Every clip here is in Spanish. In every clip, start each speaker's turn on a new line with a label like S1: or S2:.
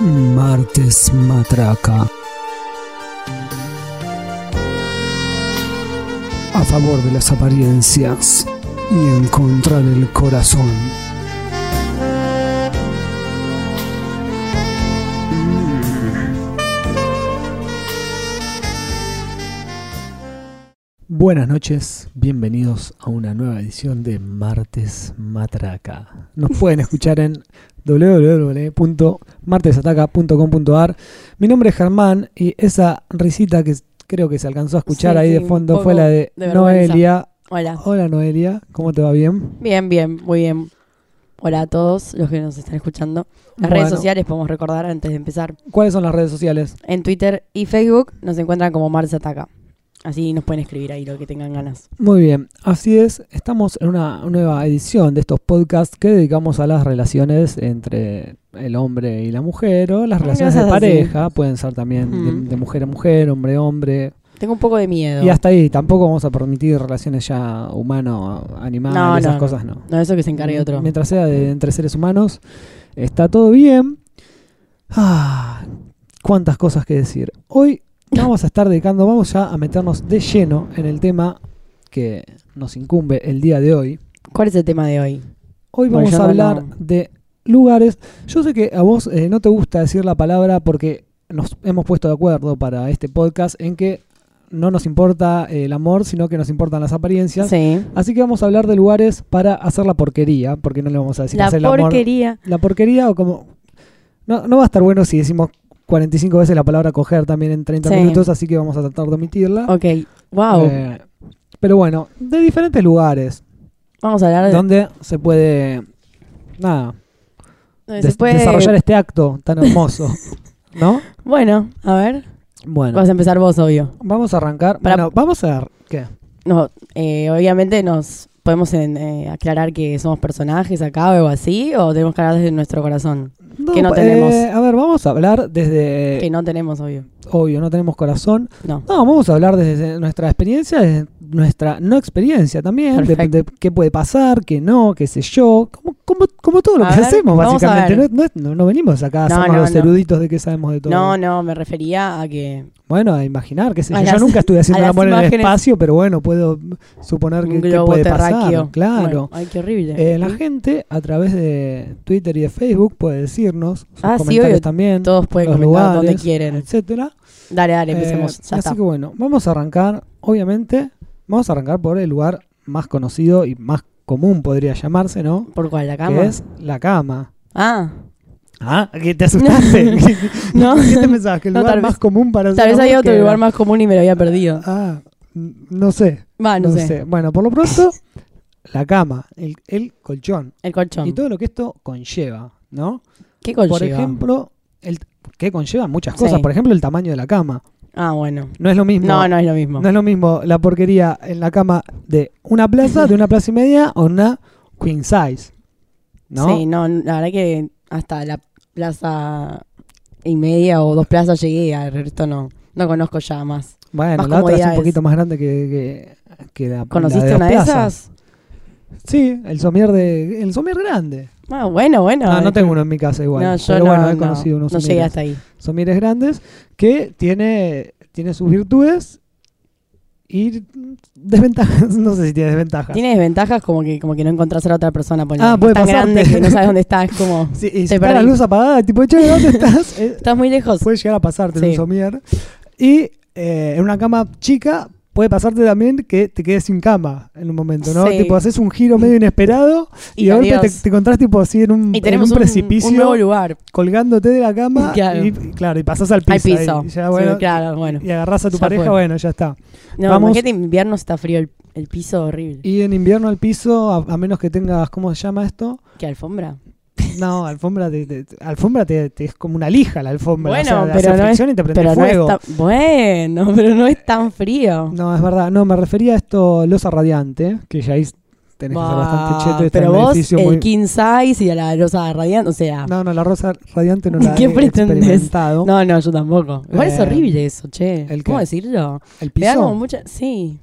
S1: Martes Matraca. A favor de las apariencias y en contra del corazón. Buenas noches, bienvenidos a una nueva edición de Martes Matraca. Nos pueden escuchar en www.martesataca.com.ar. Mi nombre es Germán y esa risita que creo que se alcanzó a escuchar
S2: Sí,
S1: ahí de
S2: sí, un
S1: fondo
S2: poco
S1: fue la de,
S2: de vergüenza.
S1: Noelia.
S2: Hola.
S1: Hola Noelia, ¿cómo te va? ¿Bien?
S2: Bien, bien, muy bien. Hola a todos los que nos están escuchando. Las redes
S1: Bueno,
S2: sociales podemos recordar antes de empezar.
S1: ¿Cuáles son las redes sociales?
S2: En Twitter y Facebook nos encuentran como Mars Ataca. Así nos pueden escribir ahí lo que tengan ganas.
S1: Muy bien, así es, estamos en una nueva edición de estos podcasts que dedicamos a las relaciones entre el hombre y la mujer o las relaciones de
S2: Cosas así.
S1: pareja, pueden ser también de-
S2: Ujú.
S1: de, mujer a mujer, hombre a hombre,
S2: Tengo un poco de miedo.
S1: y hasta ahí, tampoco vamos a permitir relaciones ya humano-animal,
S2: No,
S1: esas
S2: no,
S1: cosas no.
S2: No, eso que se encargue otro.
S1: Mm, Mientras sea de, entre seres humanos, está todo bien. Ah, cuántas cosas que decir. Hoy vamos a estar dedicando, vamos ya a meternos de lleno en el tema que nos incumbe el día de hoy.
S2: ¿Cuál es el tema de hoy?
S1: Hoy
S2: Bueno,
S1: vamos a
S2: yo no-
S1: hablar de lugares. Yo sé que a vos eh, no te gusta decir la palabra porque nos hemos puesto de acuerdo para este podcast en que no nos importa eh, el amor, sino que nos importan las apariencias.
S2: Sí.
S1: Así que vamos a hablar de lugares para hacer la porquería, porque no le vamos a decir
S2: La
S1: hacer el amor.
S2: porquería.
S1: La porquería o como... No, no va a estar bueno si decimos 45 veces la palabra coger también en 30
S2: Sí.
S1: minutos, así que vamos a tratar de omitirla.
S2: Ok. Wow.
S1: ¿Ah? Eh, pero bueno, de diferentes lugares
S2: Vamos a hablar de.
S1: donde se puede... Nada,
S2: donde se
S1: des-
S2: puede-
S1: desarrollar este acto tan hermoso, ¿no?
S2: Bueno, a ver.
S1: Bueno,
S2: Vas a empezar vos, obio.
S1: vamos a arrancar.
S2: Para-
S1: Bueno, vamos a... ¿Qué?
S2: No, eh, obviamente nos podemos en- eh, aclarar que somos personajes acá o algo así, o tenemos que hablar desde nuestro corazón. Que no
S1: eh,
S2: tenemos.
S1: a ver, vamos a hablar desde...
S2: que no tenemos, obvio.
S1: Obvio, no tenemos corazón.
S2: No.
S1: No, vamos a hablar desde nuestra experiencia, desde nuestra no experiencia también, de,
S2: Perfecto.
S1: de qué puede pasar, qué no, qué sé yo, como, como, como todo lo
S2: A
S1: que
S2: ver,
S1: hacemos
S2: vamos a
S1: básicamente. No, no es- no- no venimos acá a
S2: No,
S1: hacernos
S2: no,
S1: los
S2: no.
S1: eruditos de que sabemos de todo.
S2: No, no, me refería a que
S1: Bueno, a imaginar, qué sé
S2: A
S1: yo.
S2: las-
S1: yo nunca estuve haciendo
S2: a
S1: el
S2: las
S1: amor en el
S2: imágenes.
S1: espacio, pero bueno, puedo suponer que,
S2: un
S1: qué
S2: globo
S1: puede
S2: terráqueo.
S1: pasar. Claro.
S2: Bueno, ay, qué horrible.
S1: Eh, la gente a través de Twitter y de Facebook puede decirnos sus
S2: Ah, sí,
S1: comentarios
S2: obvio,
S1: también,
S2: Todos pueden
S1: los
S2: comentar donde
S1: lugares.
S2: quieren.
S1: etcétera.
S2: Dale, dale, empecemos.
S1: Eh,
S2: ya
S1: así
S2: está.
S1: que bueno, vamos a arrancar, obviamente, vamos a arrancar por el lugar más conocido y más común podría llamarse, ¿no?
S2: ¿Por cuál? ¿La
S1: Que
S2: cama?
S1: es la cama.
S2: Ah,
S1: Ah, que te asustaste.
S2: No.
S1: ¿Qué te pensabas? Que el
S2: No,
S1: lugar
S2: tal
S1: más
S2: vez-
S1: común para
S2: tal
S1: hacer
S2: vez
S1: amor
S2: hay otro
S1: que
S2: lugar
S1: era-
S2: más común y me lo había perdido.
S1: Ah, n- no sé,
S2: Va,
S1: no,
S2: Ah, no,
S1: sé.
S2: sé.
S1: Bueno, por lo pronto, la cama, el, el colchón
S2: El colchón.
S1: y todo lo que esto conlleva, ¿no?
S2: ¿Qué colchón?
S1: Por ejemplo, el que conlleva muchas
S2: Sí.
S1: cosas. Por ejemplo, el tamaño de la cama.
S2: ah, bueno.
S1: No es lo mismo
S2: No, no es lo mismo.
S1: No es lo mismo la porquería en la cama de una plaza, de una plaza y media o una queen size. ¿No?
S2: Sí, no, la verdad que hasta la plaza y media o dos plazas llegué, al resto no. No conozco ya más.
S1: bueno,
S2: más
S1: la otra es un
S2: comodidades.
S1: poquito más grande que, que, que la
S2: ¿Conociste
S1: la de dos
S2: una de
S1: plazas.
S2: esas?
S1: Sí, el somier de el somier grande.
S2: Ah, bueno, bueno.
S1: No, no,
S2: Eh,
S1: tengo uno en mi casa igual.
S2: no, yo
S1: pero
S2: no,
S1: bueno, he
S2: no,
S1: conocido unos
S2: no llegué este.
S1: somieres,
S2: hasta ahí.
S1: somieres grandes que tiene, tiene sus virtudes y desventajas. No sé si tiene desventajas.
S2: Tiene desventajas como que, como que no encontrás a la otra persona. ponele.
S1: Ah,
S2: Es
S1: puede
S2: tan
S1: pasarte.
S2: grande que no sabes dónde está. Es como.
S1: Sí, y si
S2: Te
S1: está la
S2: perdí.
S1: luz apagada, tipo, che, ¿dónde estás? Eh,
S2: Estás muy lejos.
S1: puede llegar a pasarte en
S2: Sí.
S1: un somier. Y eh, en una cama chica puede pasarte también que te quedes sin cama en un momento, ¿no?
S2: Sí.
S1: Tipo, haces un giro medio inesperado y,
S2: Y
S1: de golpe te,
S2: adiós.
S1: te encontrás tipo así en un,
S2: y
S1: en
S2: tenemos
S1: un
S2: un,
S1: precipicio
S2: un nuevo lugar.
S1: colgándote de la cama
S2: Claro.
S1: y, y claro, y pasás al piso.
S2: Al piso.
S1: ahí. Y, ya, bueno,
S2: Sí, claro, bueno.
S1: y agarrás a tu
S2: Ya
S1: pareja,
S2: fue.
S1: bueno, ya está.
S2: No,
S1: Vamos.
S2: imagínate, en invierno está frío el, el piso horrible.
S1: Y en invierno al piso, a, a menos que tengas, ¿cómo se llama esto?
S2: ¿Qué alfombra?
S1: No, alfombra te, te- alfombra te, te- es como una lija la alfombra. o
S2: Bueno,
S1: sea, hace
S2: pero no es-
S1: fricción y te prende
S2: Pero no
S1: fuego.
S2: es tan, bueno, pero no es tan frío.
S1: No, es verdad. No, me refería a esto, losa radiante, que ya ahí tenés que ser bastante cheto.
S2: Bah,
S1: está
S2: pero
S1: en un
S2: vos,
S1: edificio
S2: el
S1: muy-
S2: king size y a la losa radiante, o sea, no,
S1: No, no, la rosa radiante no la
S2: ¿Qué
S1: he
S2: pretendés?
S1: experimentado.
S2: no, yo tampoco. Igual es
S1: Eh,
S2: horrible eso, che.
S1: ¿el
S2: ¿Cómo
S1: qué?
S2: decirlo?
S1: el
S2: Me da como
S1: piso
S2: mucha. Sí.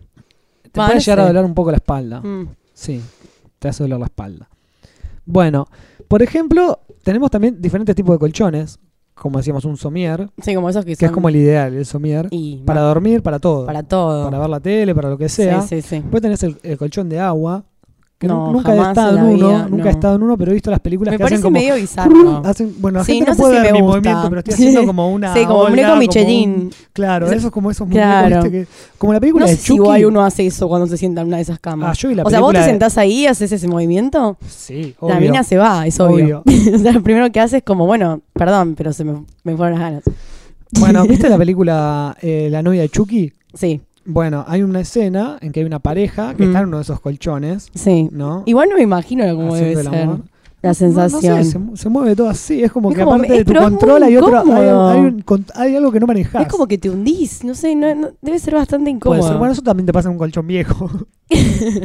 S1: te
S2: Va,
S1: puede
S2: no
S1: llegar a
S2: sé.
S1: doler un poco la espalda.
S2: Mm.
S1: Sí, te hace doler la espalda. Bueno, por ejemplo, tenemos también diferentes tipos de colchones. como decíamos, un somier,
S2: Sí, como esos que,
S1: que
S2: son-
S1: es como el ideal, el somier.
S2: y,
S1: Para
S2: bueno,
S1: dormir, para todo.
S2: para todo.
S1: Para ver la tele, para lo que sea.
S2: Sí, sí, sí.
S1: Después tenés el, el colchón de agua, que nu-
S2: No,
S1: nunca he
S2: jamás
S1: estado
S2: en
S1: en
S2: la
S1: uno,
S2: vida,
S1: nunca
S2: no.
S1: he estado en uno, pero he visto las películas
S2: Me
S1: que hacen
S2: parece
S1: como...
S2: medio bizarro.
S1: hacen- bueno, la
S2: Sí,
S1: gente
S2: no
S1: no,
S2: sé
S1: puede
S2: si
S1: ver
S2: me
S1: mi
S2: gusta.
S1: movimiento, pero estoy
S2: Sí.
S1: haciendo como una
S2: sí, como
S1: ola,
S2: un muñeco
S1: como
S2: Michelin.
S1: un- claro,
S2: Sí.
S1: eso es como esos muñecos,
S2: Claro.
S1: viste, que- como la película
S2: No sé
S1: de
S2: si
S1: Chucky.
S2: igual uno hace eso cuando se sienta en una de esas
S1: Ah,
S2: camas.
S1: yo y la
S2: o sea, vos te
S1: película de-
S2: sentás ahí y haces ese movimiento,
S1: Sí,
S2: la
S1: obvio,
S2: mina se va, es obvio.
S1: obvio.
S2: o sea, lo primero que hace es como, bueno, perdón, pero se me, me fueron las ganas.
S1: Bueno, ¿viste la película eh, La novia de Chucky?
S2: Sí,
S1: Bueno, hay una escena en que hay una pareja que
S2: Mm.
S1: está en uno de esos colchones,
S2: sí.
S1: ¿no?
S2: Igual no me imagino cómo
S1: Haciendo
S2: debe
S1: el
S2: ser
S1: amor.
S2: la
S1: No- no sé,
S2: sensación.
S1: se mu- se, mueve todo así, es como
S2: Es
S1: que
S2: como-
S1: aparte
S2: es-
S1: de tu
S2: pero es
S1: control
S2: muy
S1: hay otro, hay,
S2: incómodo.
S1: hay un con- hay algo que no manejás.
S2: es como que te hundís, no sé, no, no- debe ser bastante
S1: Puede
S2: incómodo.
S1: ser. Bueno, eso también te pasa en un colchón viejo. que
S2: sí,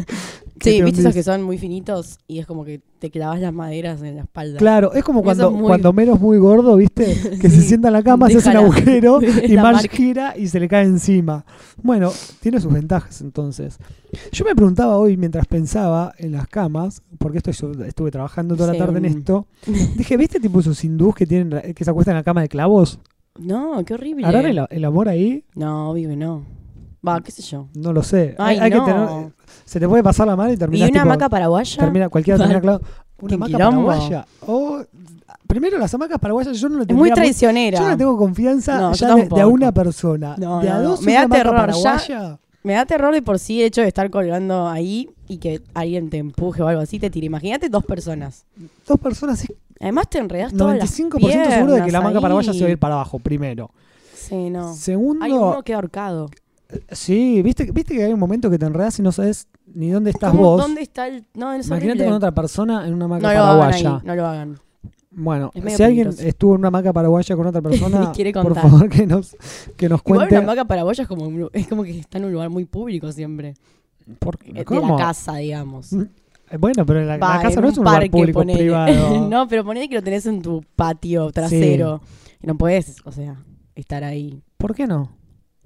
S1: te
S2: viste
S1: hundís.
S2: esos que son muy finitos y es como que te clavas las maderas en la espalda.
S1: Claro, es como
S2: Eso
S1: cuando,
S2: es muy-
S1: cuando Mero es muy gordo, ¿viste? Que se
S2: Sí.
S1: sienta en la cama, se hace un
S2: Deja la-
S1: agujero y
S2: la
S1: Marge
S2: marca.
S1: gira y se le cae encima. Bueno, tiene sus ventajas entonces. Yo me preguntaba hoy mientras pensaba en las camas, porque esto yo estuve trabajando toda
S2: Sí,
S1: la tarde en
S2: un-
S1: esto. Dije, ¿viste tipo esos hindús que tienen la- que se acuestan en la cama de clavos?
S2: No, qué horrible.
S1: ¿Harán el, el amor ahí?
S2: No, obvio que no. Va, qué sé yo.
S1: No lo sé.
S2: Ay,
S1: hay hay
S2: no.
S1: que tener, se te puede pasar la mano y
S2: ¿Y
S1: terminar
S2: una hamaca paraguaya?
S1: Termina, cualquiera termina
S2: Mal.
S1: clavado. Una
S2: Qué
S1: hamaca
S2: quilombo.
S1: paraguaya. O- primero, las hamacas paraguayas yo no le
S2: es
S1: tendría
S2: muy
S1: mu-
S2: traicionera.
S1: Yo no le tengo confianza
S2: No,
S1: ya
S2: yo
S1: de, de a
S2: tampoco.
S1: una persona.
S2: No,
S1: de a
S2: no, no.
S1: dos,
S2: Me
S1: una
S2: da
S1: hamaca
S2: terror, ya-
S1: paraguaya.
S2: Me da terror de por sí el hecho de estar colgando ahí y que alguien te empuje o algo así, te tire. Imagínate dos personas.
S1: Dos personas es
S2: Además te enredas todas las
S1: 95% seguro de que la
S2: piernas
S1: hamaca paraguaya
S2: ahí.
S1: se va a ir para abajo, primero.
S2: Sí, no. Hay
S1: Segundo,
S2: uno que ahorcado.
S1: sí, viste, viste que hay un momento que te enredas y no sabes ni dónde estás
S2: ¿Cómo?
S1: vos.
S2: ¿Dónde está el...? No, es
S1: Imagínate
S2: horrible.
S1: con otra persona en una hamaca
S2: No lo hagan ahí,
S1: paraguaya.
S2: no lo hagan.
S1: Bueno,
S2: Es medio
S1: si alguien
S2: peligroso.
S1: estuvo en una hamaca paraguaya con otra persona,
S2: Y quiere
S1: por
S2: contar.
S1: favor que nos, que nos
S2: Igual
S1: cuente.
S2: una hamaca paraguaya es como, un lu- es como que está en un lugar muy público siempre.
S1: ¿Por
S2: Eh, De
S1: ¿Cómo?
S2: la casa, digamos.
S1: Eh, Bueno, pero la, la
S2: Va,
S1: casa
S2: en
S1: no es un lugar público
S2: ponele.
S1: privado.
S2: no, pero ponele que lo tenés en tu patio trasero. Y no podés, o sea, estar ahí.
S1: ¿Por qué no?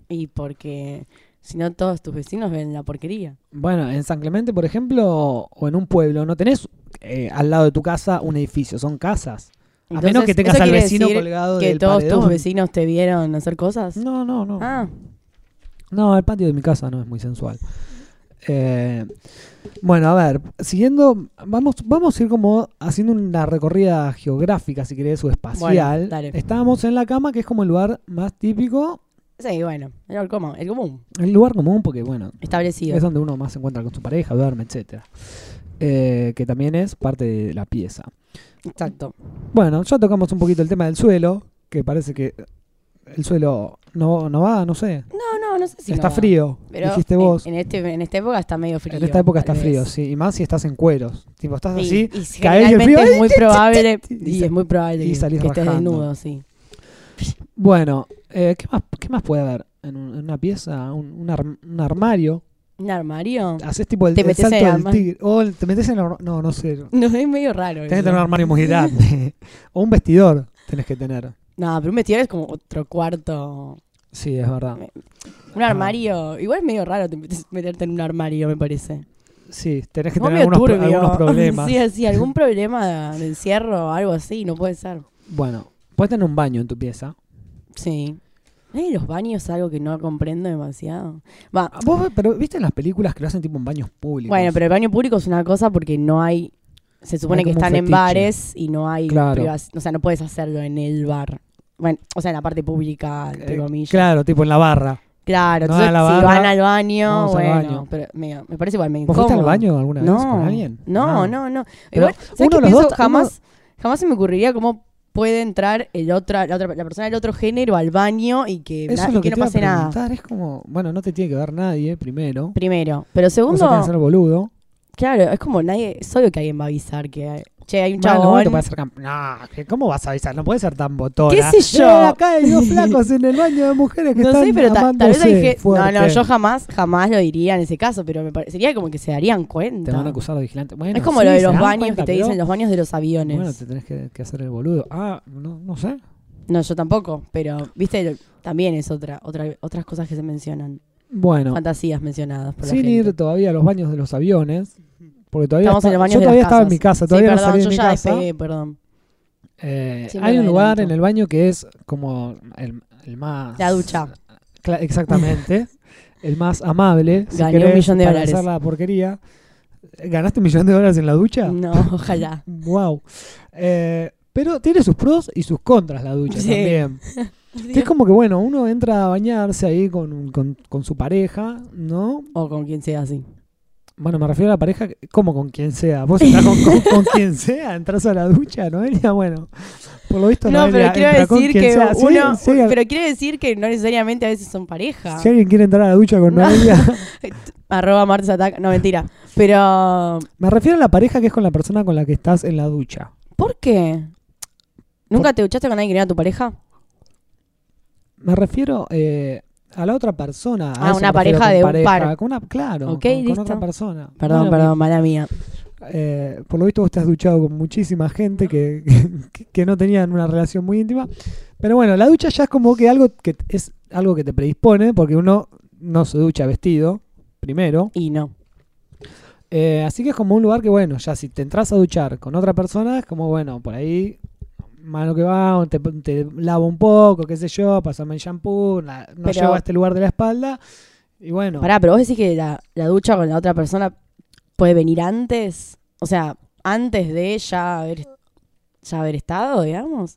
S2: Y porque si no todos tus vecinos ven la porquería.
S1: Bueno, en San Clemente, por ejemplo, o en un pueblo, no tenés eh, al lado de tu casa un edificio, son casas. a menos
S2: Entonces,
S1: que tengas
S2: ¿eso
S1: al
S2: quiere
S1: vecino
S2: decir
S1: colgado
S2: que
S1: del
S2: todos
S1: paredón.
S2: tus vecinos te vieron hacer cosas.
S1: No, no, no.
S2: Ah,
S1: No, el patio de mi casa no es muy sensual. Eh, bueno, a ver, siguiendo, vamos, vamos a ir como haciendo una recorrida geográfica, si querés, o espacial.
S2: Bueno, dale.
S1: Estábamos en la cama, que es como el lugar más típico,
S2: sí, bueno, el común, el común,
S1: el lugar común, porque bueno,
S2: establecido.
S1: es donde uno más se encuentra con su pareja, duerme, etcétera. Eh, que también es parte de la pieza.
S2: Exacto.
S1: Bueno, ya tocamos un poquito el tema del suelo, que parece que el suelo no, no va, no sé.
S2: No, no, no sé si
S1: está
S2: no va.
S1: frío,
S2: Pero
S1: dijiste
S2: en-
S1: vos.
S2: En, este, en esta época está medio frío.
S1: en esta época está
S2: tal
S1: frío,
S2: vez.
S1: sí. Y más si estás en cueros. Tipo, estás así,
S2: y, y si
S1: caes y el frío.
S2: generalmente
S1: ¡ay!
S2: es muy
S1: y
S2: probable y
S1: sa-
S2: es muy probable
S1: y
S2: que,
S1: salís
S2: que estés
S1: rajando.
S2: desnudo, sí.
S1: Bueno, eh, ¿qué, más, ¿qué más puede haber? En, un- en una pieza, un, un ar- un armario.
S2: Un armario.
S1: Haces tipo el,
S2: Te
S1: el
S2: metes en
S1: salto
S2: el
S1: del
S2: armario.
S1: tigre. O el- te metes en el armario. No, no sé.
S2: No, es medio raro.
S1: Tenés que
S2: eso.
S1: tener un armario muy grande. o un vestidor tenés que tener.
S2: No, pero un vestidor es como otro cuarto.
S1: Sí, es verdad. Ah.
S2: Un armario. Igual es medio raro te metes- meterte en un armario, me parece.
S1: Sí, tenés que
S2: Como
S1: tener
S2: medio
S1: algunos, pro-
S2: turbio.
S1: algunos problemas.
S2: sí, sí, algún problema de encierro o algo así, no puede ser.
S1: Bueno, puedes tener un baño en tu pieza.
S2: Sí. ¿Eh, los baños es algo que no comprendo demasiado. Va.
S1: Ah, Vos, pero viste en las películas que lo hacen tipo en baños públicos.
S2: Bueno, pero el baño público es una cosa porque no hay. Se supone
S1: Hay
S2: que
S1: como un
S2: están en
S1: fetiche.
S2: bares y no hay.
S1: Claro.
S2: privac- O sea, no puedes hacerlo en el bar. Bueno, o sea, en la parte pública, entre
S1: Eh,
S2: comillas.
S1: Claro, tipo en la barra.
S2: Claro,
S1: No,
S2: entonces
S1: a la barra,
S2: si van al baño,
S1: vamos al
S2: bueno,
S1: baño.
S2: pero me, me parece igual me
S1: ¿Vos fuiste al
S2: incómodo.
S1: baño alguna vez con
S2: No,
S1: alguien?
S2: no,
S1: Ah.
S2: no, no.
S1: Pero
S2: Igual,
S1: uno
S2: ¿sabes qué
S1: de los
S2: pienso?
S1: dos-
S2: jamás, jamás se me ocurriría cómo puede entrar el otra, la, otra, la persona del otro género al baño y que,
S1: Eso
S2: na-
S1: es
S2: y
S1: lo
S2: que
S1: que,
S2: no
S1: te
S2: pase
S1: iba a
S2: nada.
S1: preguntar. Es como, bueno, no te tiene que ver nadie primero.
S2: Primero. Pero
S1: Vos tenés que
S2: segundo,
S1: ser boludo.
S2: claro, es como nadie, es obvio que alguien va a avisar que hay- che, hay un
S1: Bueno,
S2: chabón.
S1: vos no te podés ser camp- No, que ¿cómo vas a avisar? No puedes ser tan botona.
S2: ¿Qué sé yo?
S1: Eh, acá hay dos flacos en el baño de mujeres que
S2: no
S1: están
S2: sé, pero ta- tal vez
S1: amándose
S2: dije, no, no,
S1: fuerte.
S2: yo jamás, jamás lo diría en ese caso, pero me parecería sería como que se darían cuenta.
S1: Te van a acusar de vigilante. Bueno,
S2: es como
S1: sí,
S2: lo de
S1: se
S2: los
S1: dan
S2: baños
S1: cuenta,
S2: que te
S1: pero-
S2: dicen los baños de los aviones.
S1: Bueno, te tenés que, que hacer el boludo. Ah, no, no sé.
S2: No, yo tampoco, pero viste, lo- también es otra, otra otras cosas que se mencionan,
S1: Bueno,
S2: fantasías mencionadas por la
S1: sin
S2: gente.
S1: ir todavía a los baños de los aviones. Porque todavía
S2: Estamos
S1: está-
S2: en los baños
S1: yo
S2: de
S1: todavía
S2: las
S1: estaba en
S2: casas.
S1: mi casa,
S2: sí,
S1: todavía
S2: perdón,
S1: no salí
S2: yo
S1: de mi
S2: ya
S1: casa.
S2: despegué, perdón.
S1: Eh,
S2: Siempre
S1: hay
S2: me
S1: un lugar
S2: adelanto.
S1: en el baño que es como el, el más.
S2: La ducha.
S1: Cla- exactamente. el más amable. Si
S2: Gané un
S1: querés,
S2: millón de
S1: para
S2: dólares.
S1: hacer la porquería. ¿Ganaste un millón de dólares en la ducha?
S2: No, ojalá.
S1: Wow. pero tiene sus pros y sus contras la ducha
S2: Sí.
S1: también. Que es como que, bueno, uno entra a bañarse ahí con, un- con- con su pareja, ¿no?
S2: O con quien sea así.
S1: Bueno, me refiero a la pareja que- como con quien sea. Vos estás con, con- con quien sea, entras a la ducha, Noelia. Bueno, por lo visto,
S2: No,
S1: Noelia
S2: pero quiero
S1: entra con
S2: decir
S1: quien
S2: que
S1: sea. Sí,
S2: uno.
S1: sí, a-
S2: Pero quiero decir que no necesariamente a veces son pareja.
S1: si alguien quiere entrar a la ducha con
S2: No.
S1: Noelia.
S2: Arroba martes ataca. No, mentira. Pero.
S1: Me refiero a la pareja que es con la persona con la que estás en la ducha.
S2: ¿Por qué? ¿Nunca te duchaste con alguien que era tu pareja?
S1: Me refiero eh, a la otra persona.
S2: Ah,
S1: a eso
S2: una
S1: me refiero
S2: pareja
S1: con
S2: de un par.
S1: Con una, claro,
S2: Ok,
S1: con- con,
S2: listo.
S1: otra persona.
S2: Perdón,
S1: Bueno,
S2: perdón, mala mía.
S1: eh, por lo visto vos te has duchado con muchísima gente que, que- que no tenían una relación muy íntima. Pero bueno, la ducha ya es como que algo que t- es algo que te predispone, porque uno no se ducha vestido, primero.
S2: Y no.
S1: Eh, así que es como un lugar que, bueno, ya si te entras a duchar con otra persona, es como, bueno, por ahí, mano que va, te, te lavo un poco, qué sé yo, pasame el shampoo, na- no
S2: Pero-
S1: llevo a este lugar de la espalda. Y bueno,
S2: Pará, pero vos decís que la, la ducha con la otra persona puede venir antes. O sea, antes de ya haber, ya haber estado, digamos.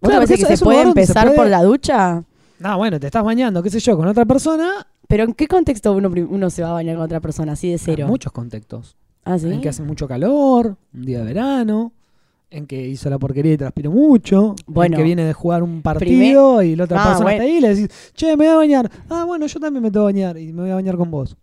S2: ¿Vos
S1: Claro,
S2: te parece
S1: porque
S2: que
S1: eso-
S2: se
S1: es un
S2: puede
S1: lugar donde se
S2: empezar
S1: puede-
S2: por la ducha?
S1: no, bueno, te estás bañando, qué sé yo, con otra persona,
S2: ¿Pero en qué contexto uno, prim- uno se va a bañar con otra persona? Así de cero.
S1: en muchos contextos.
S2: ¿Ah, sí?
S1: En que hace mucho calor, un día de verano, en que hizo la porquería y transpiró mucho,
S2: Bueno.
S1: en que viene de jugar un partido
S2: Primer-
S1: y la otra
S2: Ah,
S1: persona está
S2: bueno.
S1: ahí y le decís, che, me voy a bañar. Ah, bueno, yo también me tengo que bañar y me voy a bañar con vos,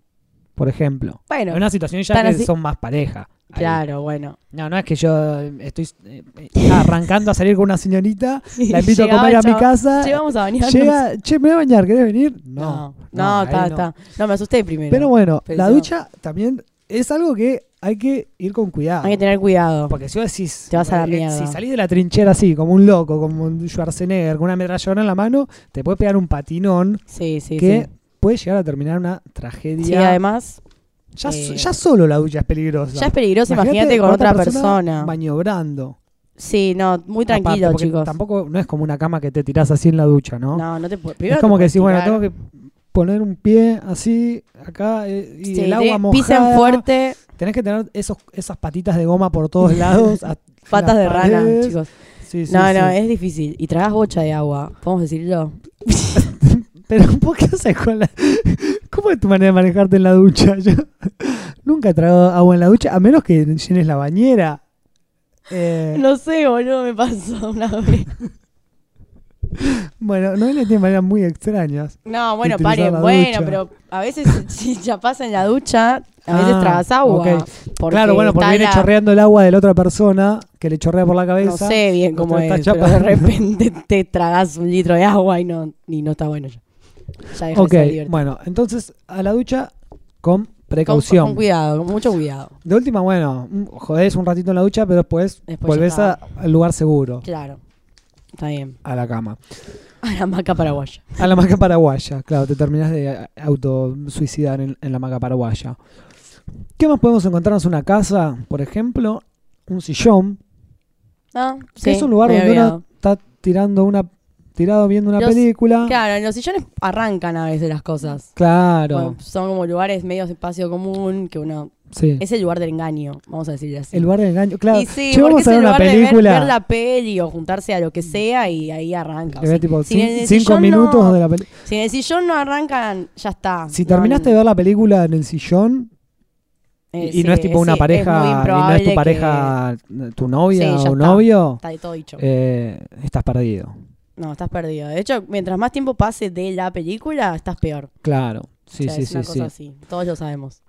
S1: por ejemplo.
S2: Bueno,
S1: En una situación ya
S2: tan
S1: que
S2: así-
S1: son más pareja. ahí.
S2: claro, bueno.
S1: No, no es que yo eh, estoy eh, eh, arrancando a salir con una señorita, la invito
S2: Llegaba
S1: a comer a
S2: el
S1: mi
S2: chabón,
S1: casa.
S2: Che, vamos a bañarnos.
S1: Llega, che, me voy a bañar, ¿querés venir?
S2: No,
S1: No.
S2: no,
S1: ahí
S2: está,
S1: no.
S2: está. No, me asusté primero.
S1: Pero bueno,
S2: Pero
S1: la
S2: yo-
S1: ducha también es algo que hay que ir con cuidado.
S2: Hay que tener cuidado.
S1: Porque si vos decís,
S2: Te vas a la
S1: eh,
S2: mierda.
S1: si salís de la trinchera así, como un loco, como un Schwarzenegger, con una ametralladora en la mano, te puede pegar un patinón
S2: Sí, sí,
S1: que
S2: sí.
S1: puede llegar a terminar una tragedia.
S2: Sí, además,
S1: ya, so-
S2: eh,
S1: ya solo la ducha es peligrosa.
S2: ya es peligroso, imagínate con otra persona.
S1: Maniobrando.
S2: Sí, no, muy tranquilo,
S1: Aparte, porque
S2: chicos.
S1: Tampoco no es como una cama que te tirás así en la ducha, ¿no?
S2: No, no te pu- primero
S1: es
S2: te
S1: como que
S2: puedes
S1: decís, bueno,
S2: tirar.
S1: tengo que poner un pie así, acá, eh, y
S2: Sí,
S1: el agua
S2: te-
S1: mojada.
S2: Pisan fuerte,
S1: Tenés que tener esos, esas patitas de goma por todos lados. a-
S2: patas
S1: las
S2: de rana,
S1: paredes.
S2: chicos.
S1: Sí, sí,
S2: no,
S1: sí.
S2: no, es difícil. Y tragas bocha de agua, podemos decirlo.
S1: Pero ¿por qué haces con la... ¿Cómo es tu manera de manejarte en la ducha? Yo nunca he tragado agua en la ducha, a menos que llenes la bañera. Eh,
S2: No sé, boludo, me pasó una vez.
S1: Bueno, no le tiene maneras muy extrañas.
S2: No, bueno,
S1: utilizar
S2: paren,
S1: la
S2: bueno,
S1: ducha.
S2: pero a veces si ya pasa en la ducha, a veces
S1: Ah,
S2: tragas agua.
S1: ok.
S2: porque
S1: claro, bueno, porque
S2: está
S1: viene
S2: la-
S1: chorreando el agua de la otra persona que le chorrea por la cabeza.
S2: No sé bien
S1: Otra
S2: cómo
S1: está
S2: es, pero de
S1: chapando.
S2: repente te tragas un litro de agua y no, y no está bueno ya. Ya deja
S1: ok,
S2: de ser divertido.
S1: bueno, entonces a la ducha con
S2: Con,
S1: precaución.
S2: con cuidado, con mucho cuidado.
S1: de última, bueno, mm, jodés un ratito en la ducha, pero después,
S2: Después Pues ya
S1: volvés
S2: está.
S1: a- al lugar seguro,
S2: Claro. Está bien.
S1: a la cama.
S2: A la maca paraguaya.
S1: A la maca paraguaya, claro, te terminas de eh, autosuicidar en, en la maca paraguaya. ¿Qué más podemos encontrarnos? Una casa, por ejemplo, un sillón,
S2: Ah,
S1: que es un lugar donde uno está tirando una, tirado viendo una
S2: Los-
S1: película.
S2: Claro, en los sillones arrancan a veces las cosas.
S1: Claro,
S2: Bueno, son como lugares medios espacio común que uno...
S1: sí.
S2: Es el lugar del engaño, vamos a decirle así.
S1: El lugar del engaño, claro.
S2: Y sí,
S1: che,
S2: porque
S1: vamos
S2: es
S1: a ver
S2: el
S1: una
S2: lugar de ver-
S1: película.
S2: ver, la peli o juntarse a lo que sea y ahí arranca. o
S1: Que ve
S2: sea,
S1: tipo
S2: si en
S1: cin-
S2: el
S1: cinco
S2: sillón
S1: minutos
S2: no-
S1: de la peli-
S2: Si en el sillón no arrancan, ya está.
S1: Si
S2: No,
S1: terminaste
S2: no,
S1: de ver la película en el sillón
S2: eh,
S1: y no es
S2: sí,
S1: tipo una
S2: sí, es muy
S1: pareja, y no
S2: improbable
S1: es tu
S2: que-
S1: pareja, tu novia
S2: Sí, ya
S1: o
S2: está.
S1: novio,
S2: Está de todo dicho.
S1: eh, estás perdido.
S2: No, estás perdido. De hecho, mientras más tiempo pase de la película, estás peor.
S1: Claro, sí,
S2: o sea,
S1: sí,
S2: es
S1: sí,
S2: una
S1: sí.
S2: cosa así. Todos lo sabemos.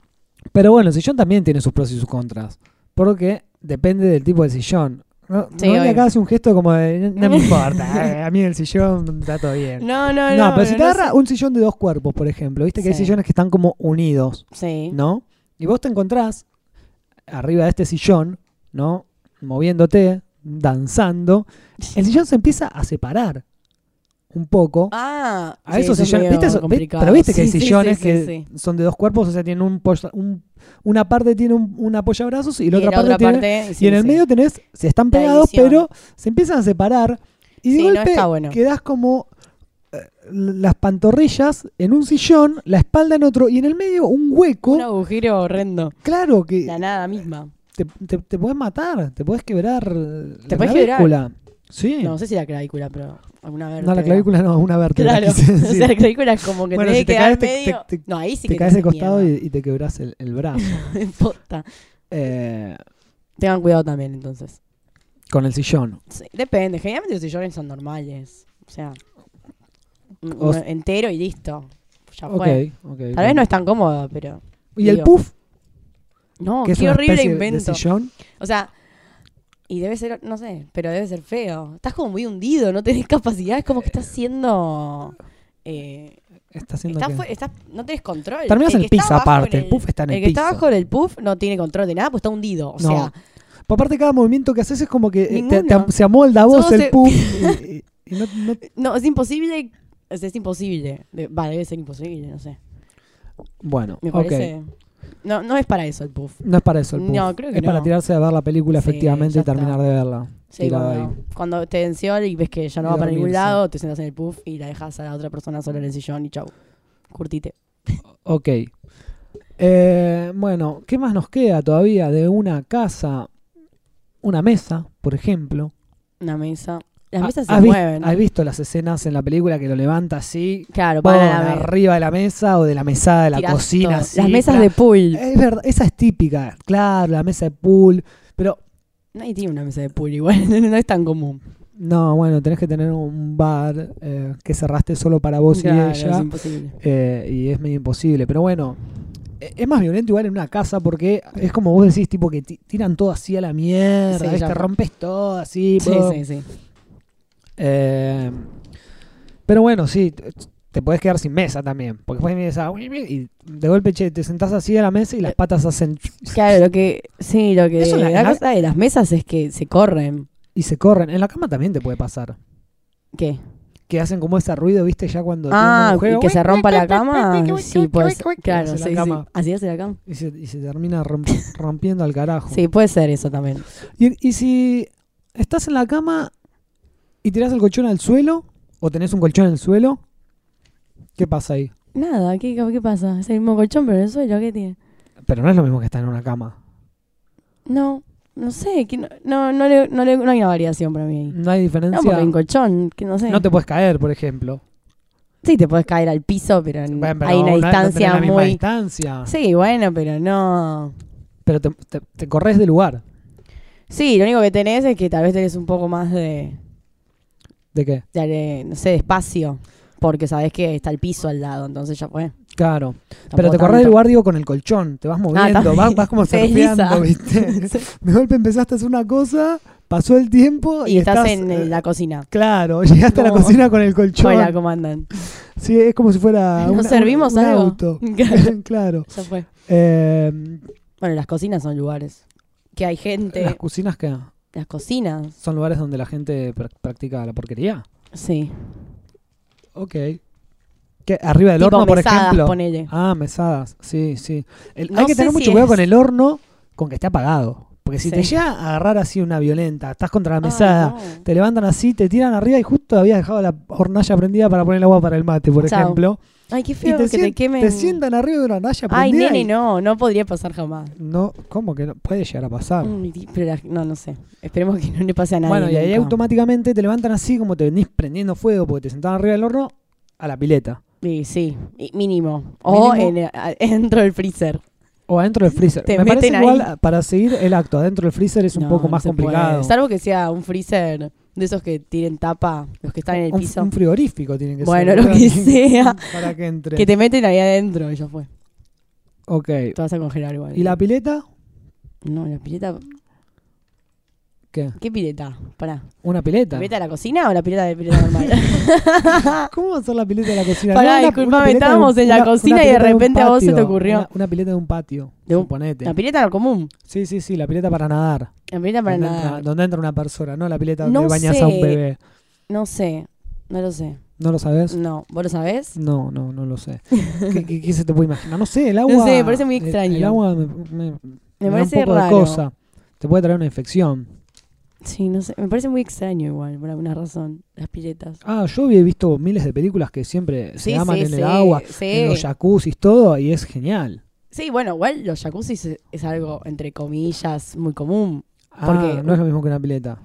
S1: Pero bueno, el sillón también tiene sus pros y sus contras. Porque depende del tipo de sillón. No,
S2: Sí,
S1: no le
S2: obvio.
S1: acá hace un gesto como de, no me importa, eh, a mí el sillón está todo bien. No,
S2: No, no, no.
S1: pero si te agarra
S2: sé.
S1: un sillón de dos cuerpos, por ejemplo, viste que
S2: Sí.
S1: hay sillones que están como unidos,
S2: Sí.
S1: ¿no? Y vos te encontrás arriba de este sillón, ¿no? Moviéndote, danzando. El sillón se empieza a separar. un poco.
S2: Ah,
S1: A
S2: sí,
S1: esos
S2: eso es
S1: sillones,
S2: medio
S1: ¿viste eso? Ve-
S2: complicado.
S1: pero viste que hay
S2: Sí, sí,
S1: sillones
S2: sí,
S1: que
S2: sí, sí.
S1: son de dos cuerpos, o sea, tienen un, polla- un- una parte tiene un, un apoyabrazos y la otra parte tiene...
S2: sí,
S1: y en el
S2: sí.
S1: medio tenés, se están
S2: La
S1: pegados,
S2: división.
S1: pero se empiezan a separar y de
S2: Sí, no
S1: golpe
S2: está bueno.
S1: quedás como eh, las pantorrillas en un sillón, la espalda en otro y en el medio un hueco,
S2: Un agujero horrendo.
S1: claro que
S2: La nada misma.
S1: te, te, te podés matar, te podés quebrar
S2: Te
S1: te la
S2: podés quebrar.
S1: clavícula. Sí.
S2: No,
S1: No,
S2: no sé si la clavícula, pero alguna vez.
S1: la clavícula no, una vértebra.
S2: Claro.
S1: quise
S2: O
S1: decir.
S2: sea, la clavícula es como que
S1: Bueno,
S2: tenés
S1: si
S2: que
S1: te caes,
S2: quedar
S1: te-
S2: medio.
S1: te- te-
S2: no, ahí
S1: te
S2: sí que
S1: caes de
S2: quedás
S1: costado y,
S2: mierda.
S1: y te quebrás el, el brazo.
S2: Posta.
S1: Eh,
S2: Tengan cuidado también, entonces.
S1: con el sillón.
S2: Sí, depende. Generalmente los sillones son normales. O sea, un-
S1: O
S2: uno
S1: s-
S2: entero y listo. Ya
S1: Ok,
S2: fue.
S1: ok.
S2: Ah, Tal vez no es tan cómodo, pero.
S1: Y el
S2: digo,
S1: puff,
S2: No,
S1: que es
S2: qué
S1: una
S2: horrible
S1: especie de- de
S2: invento.
S1: sillón.
S2: O sea, y debe ser, no sé, pero debe ser feo. Estás como muy hundido, no tenés capacidad, es como que estás siendo... eh,
S1: Está haciendo
S2: estás
S1: que-
S2: fue- estás- no tenés control.
S1: Terminás en el
S2: que
S1: piso
S2: está abajo
S1: aparte,
S2: en
S1: el puff está en el
S2: que está
S1: piso.
S2: abajo del puff no tiene control de nada, pues está hundido. O
S1: No,
S2: sea,
S1: Pero aparte cada movimiento que haces es como que eh, te- te
S2: Ninguno.
S1: am- se amolda a vos
S2: Solo
S1: el
S2: se-
S1: puff. y, y- y no- no-
S2: no, es imposible. Es, es imposible. De- Va, debe ser imposible, no sé.
S1: Bueno,
S2: Me
S1: ok.
S2: parece... No, no es para eso el puff.
S1: No es para eso el puff.
S2: No, creo que
S1: es para
S2: no.
S1: tirarse a ver la película
S2: Sí,
S1: efectivamente
S2: ya
S1: y terminar
S2: está.
S1: de verla.
S2: Sí,
S1: Tirada
S2: cuando, cuando te denció y ves que ya no
S1: Y
S2: va para ningún
S1: dormirse.
S2: lado, te sentas en el puff y la dejas a la otra persona sola en el sillón y chau. Curtite.
S1: Ok. Eh, bueno, ¿qué más nos queda todavía de una casa? Una mesa, por ejemplo.
S2: Una mesa. Las
S1: Ha-
S2: mesas se
S1: Ah, has vis-
S2: mueven.
S1: ¿Has visto las escenas en la película que lo levanta así?
S2: Claro,
S1: pon
S2: para la mesa.
S1: arriba de la mesa o de la mesada de la
S2: Tirás
S1: cocina.
S2: todo.
S1: así,
S2: Las mesas
S1: pra-
S2: de pool.
S1: Es verdad, esa es típica. Claro, la mesa de pool. Pero,
S2: Nadie tiene una mesa de pool igual, no es tan común.
S1: no, bueno, tenés que tener un bar eh, que cerraste solo para vos
S2: Claro,
S1: y
S2: Es
S1: Oh, ella.
S2: imposible.
S1: Eh, y es medio imposible. Pero bueno, e- es más violento igual en una casa porque es como vos decís, tipo que ti- tiran todo así a la mierda,
S2: Sí,
S1: ¿ves?
S2: ya
S1: te
S2: fue.
S1: rompes todo así.
S2: Sí,
S1: pum.
S2: sí, sí.
S1: Eh, pero bueno, sí, t- te podés quedar sin mesa también. Porque después vienes a- y de golpe che, te sentás así a la mesa y las patas hacen
S2: Eh, Claro, lo que. Sí, lo que.
S1: Eso es la-
S2: la,
S1: la-
S2: cosa de las mesas es que se corren.
S1: y se corren. En la cama también te puede pasar.
S2: ¿Qué?
S1: Que hacen como ese ruido, viste, ya cuando
S2: Ah,
S1: tienen un
S2: y que se
S1: juego,
S2: rompa la cama. Sí, puede ser.
S1: Hace
S2: Claro,
S1: la
S2: sí, sí.
S1: cama.
S2: Así hace la cama.
S1: y se, y se termina romp- rompiendo al carajo.
S2: Sí, puede ser eso también.
S1: Y, y si estás en la cama y tirás el colchón al suelo, o tenés un colchón en el suelo, ¿qué pasa ahí?
S2: Nada, ¿qué, qué pasa? Es el mismo colchón, pero en el suelo, ¿qué tiene?
S1: Pero no es lo mismo que estar en una cama.
S2: No, no sé. que no, no, no, le- no, le- no hay una variación para mí ahí.
S1: No hay
S2: No,
S1: diferencia.
S2: porque hay un colchón, que no sé.
S1: No te puedes caer, por ejemplo.
S2: Sí, te puedes caer al piso, pero, n-
S1: Bueno, pero
S2: hay una
S1: no- no tenés
S2: distancia
S1: la misma
S2: muy...
S1: distancia.
S2: Sí, bueno, pero no...
S1: Pero te, te- te corres de lugar.
S2: Sí, lo único que tenés es que tal vez tenés un poco más de,
S1: ¿De qué?
S2: de, de, no sé, de espacio. Porque sabés que está el piso al lado, entonces ya fue.
S1: Claro. Pero
S2: Tampoco
S1: te corres de
S2: tanto. Ah,
S1: lugar, digo, con el colchón. Te vas moviendo,
S2: también.
S1: vas, vas como
S2: Se desliza.
S1: surfeando, ¿viste? De golpe empezaste a hacer una cosa, pasó el tiempo y,
S2: Y estás, en eh, la cocina.
S1: Claro, llegaste a la
S2: Como-
S1: cocina con el colchón.
S2: Hola, ¿cómo andan?
S1: Sí, es como si fuera
S2: ¿Nos
S1: una-
S2: servimos
S1: un, un
S2: algo?
S1: auto. claro.
S2: ya fue.
S1: Eh,
S2: Bueno, las cocinas son lugares. Que hay gente...
S1: Las cocinas que
S2: las cocinas,
S1: son lugares donde la gente pra- practica la porquería.
S2: sí.
S1: Ok. ¿Qué? Arriba del
S2: Tipo
S1: horno, por
S2: mesadas,
S1: ejemplo.
S2: ponele.
S1: Ah, mesadas. Sí, sí. El-
S2: No
S1: hay que
S2: sé
S1: tener mucho
S2: si
S1: cuidado
S2: es-
S1: con el horno, con que esté apagado. Porque si
S2: Sí.
S1: te llega a agarrar así una violenta, estás contra la mesada,
S2: Ay, Ah, no.
S1: te levantan así, te tiran arriba y justo habías dejado la hornalla prendida para poner el agua para el mate, por
S2: Chao.
S1: ejemplo.
S2: Ay, qué
S1: Y
S2: feo
S1: te,
S2: que
S1: sien-
S2: te quemen.
S1: te sientan arriba de una hornalla
S2: Ay,
S1: prendida.
S2: nene,
S1: y-
S2: no, no podría pasar jamás.
S1: No, ¿cómo que no? Puede llegar a pasar.
S2: Uy, di- pero la- no, no sé. Esperemos que no le pase a Mm, nadie.
S1: Bueno, y ahí
S2: nunca.
S1: automáticamente te levantan así, como te venís prendiendo fuego porque te sentaban arriba del horno, a la pileta.
S2: Sí, sí, y mínimo. O
S1: Mínimo.
S2: en el- a- dentro del freezer.
S1: O adentro del freezer.
S2: Te
S1: Me parece
S2: meten ahí.
S1: igual para seguir el acto. Adentro del freezer es un
S2: No,
S1: poco
S2: no
S1: más
S2: se
S1: complicado.
S2: puede. Salvo que sea un freezer de esos que tienen tapa, los que están en el
S1: Un,
S2: piso.
S1: un frigorífico tiene que
S2: Bueno,
S1: ser.
S2: lo que sea.
S1: Para que entre.
S2: Que te meten ahí adentro y ya fue.
S1: Ok.
S2: Te vas a congelar igual.
S1: ¿Y la pileta?
S2: No, la pileta.
S1: ¿Qué?
S2: ¿Qué pileta? Pará.
S1: ¿Una
S2: ¿La
S1: pileta?
S2: pileta de la cocina o la pileta de pileta normal?
S1: ¿Cómo va a ser la pileta de la cocina?
S2: Pará,
S1: una- una
S2: disculpame,
S1: pileta de un-
S2: estábamos en la
S1: una- una
S2: cocina y de
S1: pileta un
S2: repente a vos se te
S1: patio.
S2: ocurrió.
S1: Una, una pileta de un patio,
S2: De un-
S1: suponete.
S2: la pileta común.
S1: Sí, sí, sí, la pileta para nadar.
S2: La pileta para
S1: donde,
S2: nada.
S1: Entra, donde entra una persona, no la pileta
S2: No
S1: donde bañas a un
S2: sé.
S1: bebé.
S2: No sé, no lo sé.
S1: ¿No lo sabes?
S2: No, ¿vos lo sabés?
S1: No, no, no lo sé. ¿Qué, qué- qué se te puede imaginar? No sé, el agua.
S2: sé, me parece muy
S1: el-
S2: extraño.
S1: El, agua me, me-
S2: Me
S1: me da
S2: parece
S1: un poco
S2: raro.
S1: de cosa. Te puede traer una infección.
S2: Sí, no sé. Me parece muy extraño igual, por alguna razón. Las piletas.
S1: Ah, yo he visto miles de películas que siempre se
S2: Sí,
S1: aman
S2: sí,
S1: en
S2: sí,
S1: el agua,
S2: sí.
S1: en los jacuzzis, todo, y es genial.
S2: Sí, bueno, igual los jacuzzis es, es algo, entre comillas, muy común.
S1: Ah,
S2: Porque-
S1: no es lo mismo que una pileta.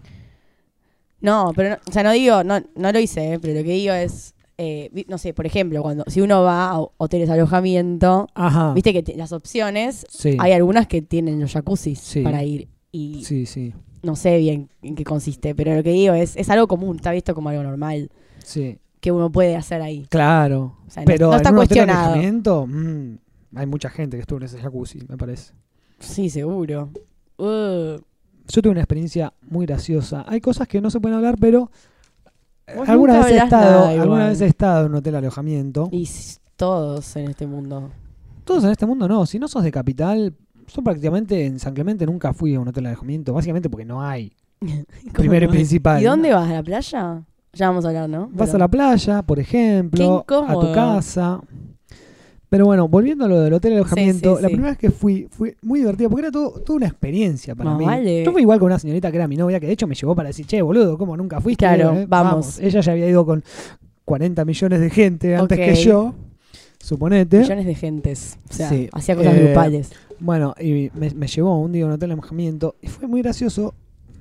S2: No, pero, no- o sea, no digo, no, no lo hice, eh, pero lo que digo es, eh, vi- no sé, por ejemplo, cuando si uno va a hoteles de alojamiento,
S1: Ajá.
S2: viste que te- las opciones,
S1: Ah. Sí.
S2: hay algunas que tienen los jacuzzis
S1: Sí.
S2: para ir. Y
S1: Sí, sí,
S2: no sé bien en qué consiste, pero lo que digo es, es algo común, está visto como algo normal
S1: sí.
S2: que uno puede hacer ahí.
S1: Claro.
S2: O sea, no-
S1: Pero
S2: no, está
S1: en un hotel de
S2: cuestionado.
S1: alojamiento, mm, hay mucha gente que estuvo en ese jacuzzi, me parece.
S2: Sí, seguro. Uh,
S1: Yo tuve una experiencia muy graciosa. Hay cosas que no se pueden hablar, pero eh,
S2: Vos
S1: alguna
S2: nunca
S1: vez, he
S2: hablás
S1: estado,
S2: nada
S1: alguna
S2: igual.
S1: vez he estado en un hotel de alojamiento.
S2: y s- todos en este mundo.
S1: Todos en este mundo no. Si no sos de capital, yo prácticamente en San Clemente nunca fui a un hotel de alojamiento, básicamente porque no hay.
S2: ¿Cómo
S1: Primero y
S2: no?
S1: principal.
S2: ¿Y dónde vas? ¿A la playa? Ya vamos a hablar, ¿no?
S1: Vas
S2: Pero-
S1: a la playa, por ejemplo,
S2: Qué
S1: a tu
S2: incómodo.
S1: casa. Pero bueno, volviendo a lo del hotel de alojamiento,
S2: sí,
S1: la
S2: sí.
S1: primera vez que fui fue muy divertida porque era todo, toda una experiencia para
S2: Más
S1: mí.
S2: vale.
S1: Yo fui igual con una señorita que era mi novia, que de hecho me llevó para decir, che, boludo, ¿cómo nunca fuiste?
S2: Claro,
S1: Eh,
S2: vamos.
S1: Ella ya había ido con 40 millones de gente antes
S2: Ok.
S1: que yo, suponete.
S2: Millones de gentes. O sea,
S1: Sí.
S2: hacía cosas
S1: Eh,
S2: grupales.
S1: Bueno, y me, me llevó un día a un hotel de alojamiento y fue muy gracioso,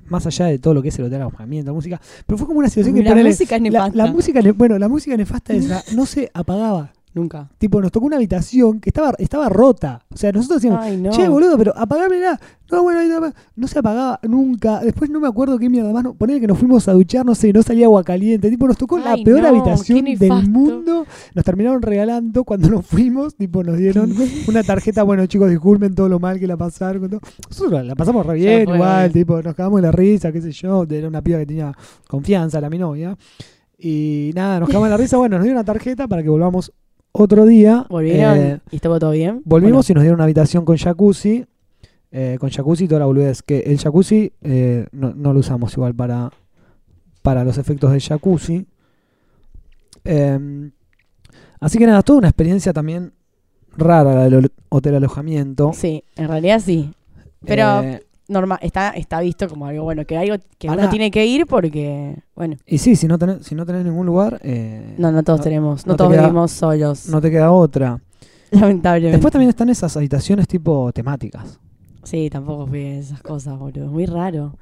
S1: más allá de todo lo que es el hotel de alojamiento, la música, pero fue como una situación que
S2: La
S1: ponele,
S2: música es
S1: la,
S2: nefasta.
S1: la música, ne- bueno, la música nefasta esa no se apagaba.
S2: Nunca.
S1: Tipo, nos tocó una habitación que estaba, estaba rota. O sea, nosotros decíamos,
S2: Ay, no.
S1: che, boludo, pero apagámela. No, bueno, ahí está, no se apagaba nunca. Después no me acuerdo qué mierda más. No, ponele que nos fuimos a duchar, no sé, no salía agua caliente. Tipo, nos tocó la
S2: Ay,
S1: peor
S2: no,
S1: habitación
S2: qué
S1: del
S2: nefasto.
S1: mundo. Nos terminaron regalando cuando nos fuimos. Tipo, nos dieron una tarjeta. Bueno, chicos, disculpen todo lo mal que la pasaron. todo. Nosotros la- la pasamos re
S2: Ya
S1: bien,
S2: fue.
S1: igual. Tipo, nos cagamos de la risa, qué sé yo. Era una piba que tenía confianza, era mi novia. Y nada, nos cagamos de la risa. Bueno, nos dieron una tarjeta para que volvamos otro día.
S2: ¿Volvieron?
S1: Eh,
S2: ¿Y estuvo todo bien?
S1: Volvimos y nos dieron una habitación con jacuzzi. eh, con jacuzzi y toda la boludez. Que el jacuzzi eh, no, no lo usamos igual para, para los efectos del jacuzzi. Eh, así que nada, toda una experiencia también rara la del hotel alojamiento.
S2: Bueno, Sí, en realidad sí. Pero
S1: Eh,
S2: normal, está, está visto como algo bueno, que algo que
S1: Pará.
S2: uno tiene que ir porque, bueno,
S1: y sí, si no tenés, si no tenés ningún lugar, eh,
S2: no, no todos
S1: No-
S2: tenemos, no,
S1: no te
S2: todos
S1: queda-
S2: vivimos solos,
S1: no te queda otra.
S2: lamentablemente.
S1: Después también están esas habitaciones tipo temáticas.
S2: Sí, tampoco fui a esas cosas, boludo, muy raro.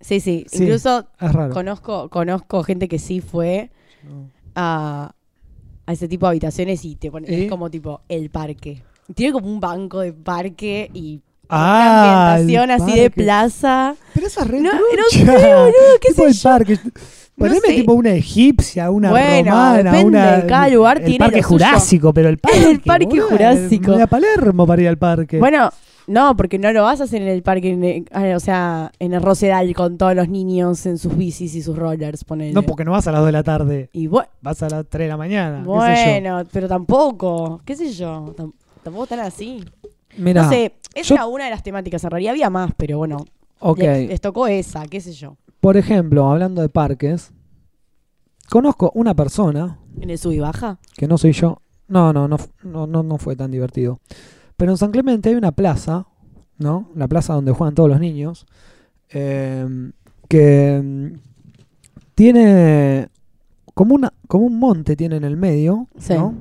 S2: Sí, sí,
S1: Sí.
S2: incluso
S1: Es raro.
S2: conozco, conozco gente que sí fue a, a ese tipo de habitaciones y te ponen,
S1: ¿Eh?
S2: es como tipo el parque. Tiene como un banco de parque y
S1: Ah,
S2: una
S1: el
S2: ambientación así de
S1: parque.
S2: plaza.
S1: Pero esa re
S2: No, no
S1: trucha.
S2: sé, boludo, qué
S1: tipo
S2: sé
S1: el
S2: yo.
S1: parque. Poneme
S2: sé.
S1: tipo una egipcia, una
S2: Bueno,
S1: romana,
S2: depende,
S1: una.
S2: cada lugar
S1: el
S2: tiene
S1: parque
S2: lo suyo.
S1: jurásico, pero el parque.
S2: El parque
S1: boludo,
S2: jurásico.
S1: Me voy a Palermo para ir al parque.
S2: Bueno, no, porque no lo vas a hacer en el parque, en el- ah, o sea, en el Rosedal con todos los niños en sus bicis y sus rollers, ponele.
S1: no, Ah, porque no vas a las 2 de la tarde,
S2: Y bue-
S1: vas a las 3 de la mañana.
S2: bueno, pero tampoco, qué sé yo, tam- tampoco tan así.
S1: Mira,
S2: no sé, esa
S1: yo-
S2: era una de las temáticas, en realidad había más, pero bueno,
S1: ok.
S2: le- les, tocó esa, qué sé yo,
S1: Por ejemplo, hablando de parques, conozco una persona
S2: en el sub y baja.
S1: que no soy yo. No, no, no, f- no, no, no fue tan divertido. Pero en San Clemente hay una plaza, ¿no? La plaza donde juegan todos los niños, eh, que mm, tiene como, una, como un monte tiene en el medio,
S2: Sí.
S1: ¿no?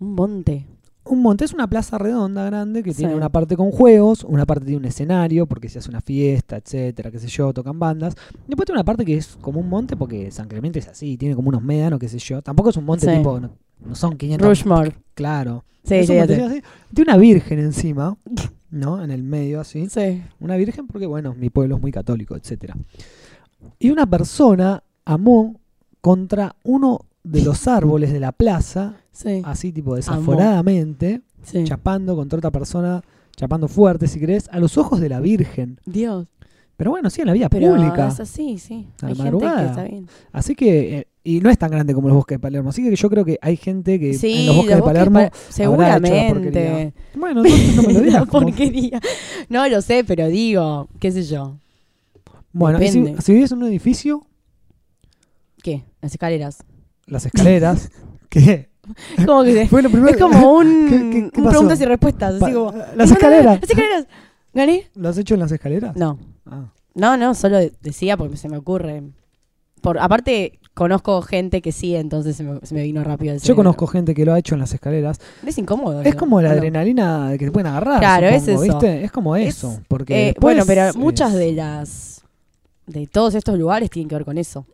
S2: Un monte.
S1: Un monte es una plaza redonda grande que tiene
S2: Sí.
S1: una parte con juegos, una parte tiene un escenario porque se hace una fiesta, etcétera, qué sé yo, tocan bandas. Después tiene una parte que es como un monte porque San Clemente es así, tiene como unos médanos, qué sé yo. Tampoco es un monte
S2: Sí.
S1: tipo, no, no son 500,
S2: Rushmore.
S1: claro.
S2: Sí,
S1: Es
S2: sí,
S1: un
S2: ya
S1: material
S2: sé.
S1: así. Tiene una virgen encima, ¿no? En el medio así.
S2: Sí.
S1: Una virgen porque, bueno, mi pueblo es muy católico, etcétera. Y una persona amó contra uno de los árboles de la plaza,
S2: Sí.
S1: así tipo desaforadamente,
S2: sí.
S1: chapando contra otra persona, chapando fuerte, si querés, a los ojos de la virgen.
S2: Dios.
S1: Pero bueno, sí, en la vía
S2: Pero
S1: pública.
S2: es así, sí.
S1: A la
S2: Hay gente
S1: madrugada.
S2: que está bien.
S1: Así que... eh, y no es tan grande como los bosques de Palermo. Así que yo creo que hay gente que
S2: Sí,
S1: en los bosques de Palermo... habrá hecho la porquería.
S2: seguramente.
S1: Bueno, entonces no me lo
S2: La
S1: digas. como-
S2: porquería. No lo sé, pero digo, qué sé yo.
S1: Bueno, y si,
S2: Depende.
S1: si vivís en un edificio,
S2: ¿Qué? Las escaleras.
S1: Las escaleras. ¿Qué?
S2: Como que se-
S1: Fue lo primero.
S2: es como un,
S1: ¿Qué- qué- qué
S2: un
S1: pasó?
S2: preguntas y respuestas.
S1: Pa-
S2: Así como,
S1: las escaleras.
S2: Las escaleras. ¿Gané?
S1: ¿Lo has hecho en las escaleras?
S2: No.
S1: Ah.
S2: No, no, solo de- decía porque se me ocurre. Por, aparte, conozco gente que sí, entonces se me, se me vino rápido el
S1: Yo
S2: cerebro.
S1: conozco gente que lo ha hecho en las escaleras.
S2: Es incómodo.
S1: Es
S2: digo.
S1: como la
S2: Bueno,
S1: adrenalina que te pueden agarrar.
S2: Claro, es
S1: supongo,
S2: eso.
S1: ¿viste? Es como
S2: Es-
S1: eso. porque
S2: eh,
S1: después
S2: bueno, pero
S1: es-
S2: muchas de las. De todos estos lugares tienen que ver con eso.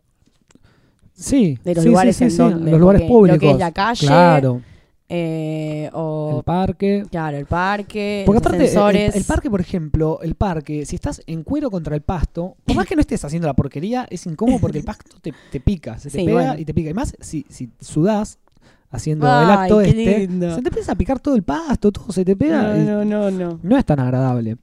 S1: Sí,
S2: De los
S1: sí,
S2: lugares
S1: sí, sí,
S2: en
S1: sí,
S2: donde.
S1: Los lugares
S2: porque
S1: públicos.
S2: Lo que es la calle.
S1: claro,
S2: eh, o.
S1: el parque.
S2: claro, el parque.
S1: Porque
S2: los
S1: aparte, el-
S2: ascensores.
S1: el, parque, por ejemplo, el parque, si estás en cuero contra el pasto, por más que no estés haciendo la porquería, es incómodo porque el pasto te, te pica, se te
S2: Sí,
S1: pega
S2: bueno.
S1: y te pica. Y más si, si sudás haciendo el
S2: Ay,
S1: acto
S2: qué
S1: este,
S2: lindo.
S1: se te empieza a picar todo el pasto, todo se te pega.
S2: No,
S1: y
S2: no, no, no.
S1: no es tan agradable.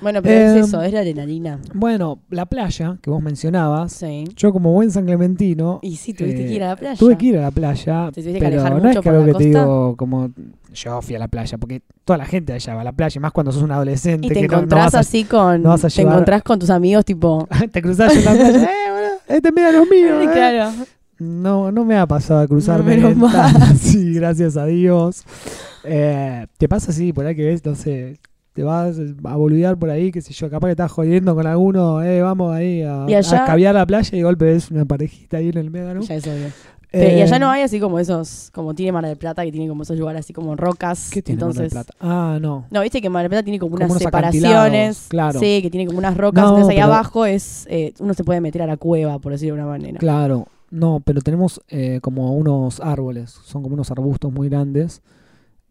S2: Bueno, pero
S1: Eh,
S2: es eso, es la adrenalina.
S1: Bueno, la playa que vos mencionabas,
S2: Sí.
S1: yo como buen san clementino,
S2: Y sí, tuviste que ir a la playa.
S1: Tuve que ir a la playa,
S2: ¿Te tuviste que
S1: pero
S2: alejar
S1: no
S2: mucho
S1: es que
S2: por
S1: algo
S2: la
S1: que te
S2: costa?
S1: digo como yo fui a la playa, porque toda la gente allá va a la playa, y más cuando sos un adolescente
S2: Y te
S1: que no- no
S2: encontrás
S1: vas a-
S2: así con.
S1: no vas a
S2: te
S1: llevar-
S2: encontrás con tus amigos, tipo.
S1: te cruzás en la playa, eh, boludo, este es medio los míos. eh".
S2: claro.
S1: No, no me ha pasado a cruzarme.
S2: Menos
S1: en
S2: mal.
S1: tan- Sí, gracias a Dios. Eh, te pasa así, por ahí que ves, no sé, te vas a boludear por ahí, qué sé yo, capaz que estás jodiendo con alguno, eh, vamos ahí a,
S2: Y allá-
S1: a caviar la playa y de golpe ves una parejita ahí en el medio. ¿no?
S2: Ya es obvio. Pero- y
S1: Eh,
S2: allá no hay así como esos, como tiene Mar del Plata, que tiene como esos lugares así como rocas.
S1: ¿Qué tiene Mar
S2: entonces,
S1: del Plata? Ah, no.
S2: No, viste que Mar del Plata tiene como,
S1: Como
S2: unas
S1: unos
S2: separaciones.
S1: acantilados, claro.
S2: Sí, que tiene como unas rocas.
S1: No,
S2: entonces ahí
S1: pero-
S2: abajo es, eh, uno se puede meter a la cueva, por decirlo de una manera.
S1: Claro, no, pero tenemos eh, como unos árboles, son como unos arbustos muy grandes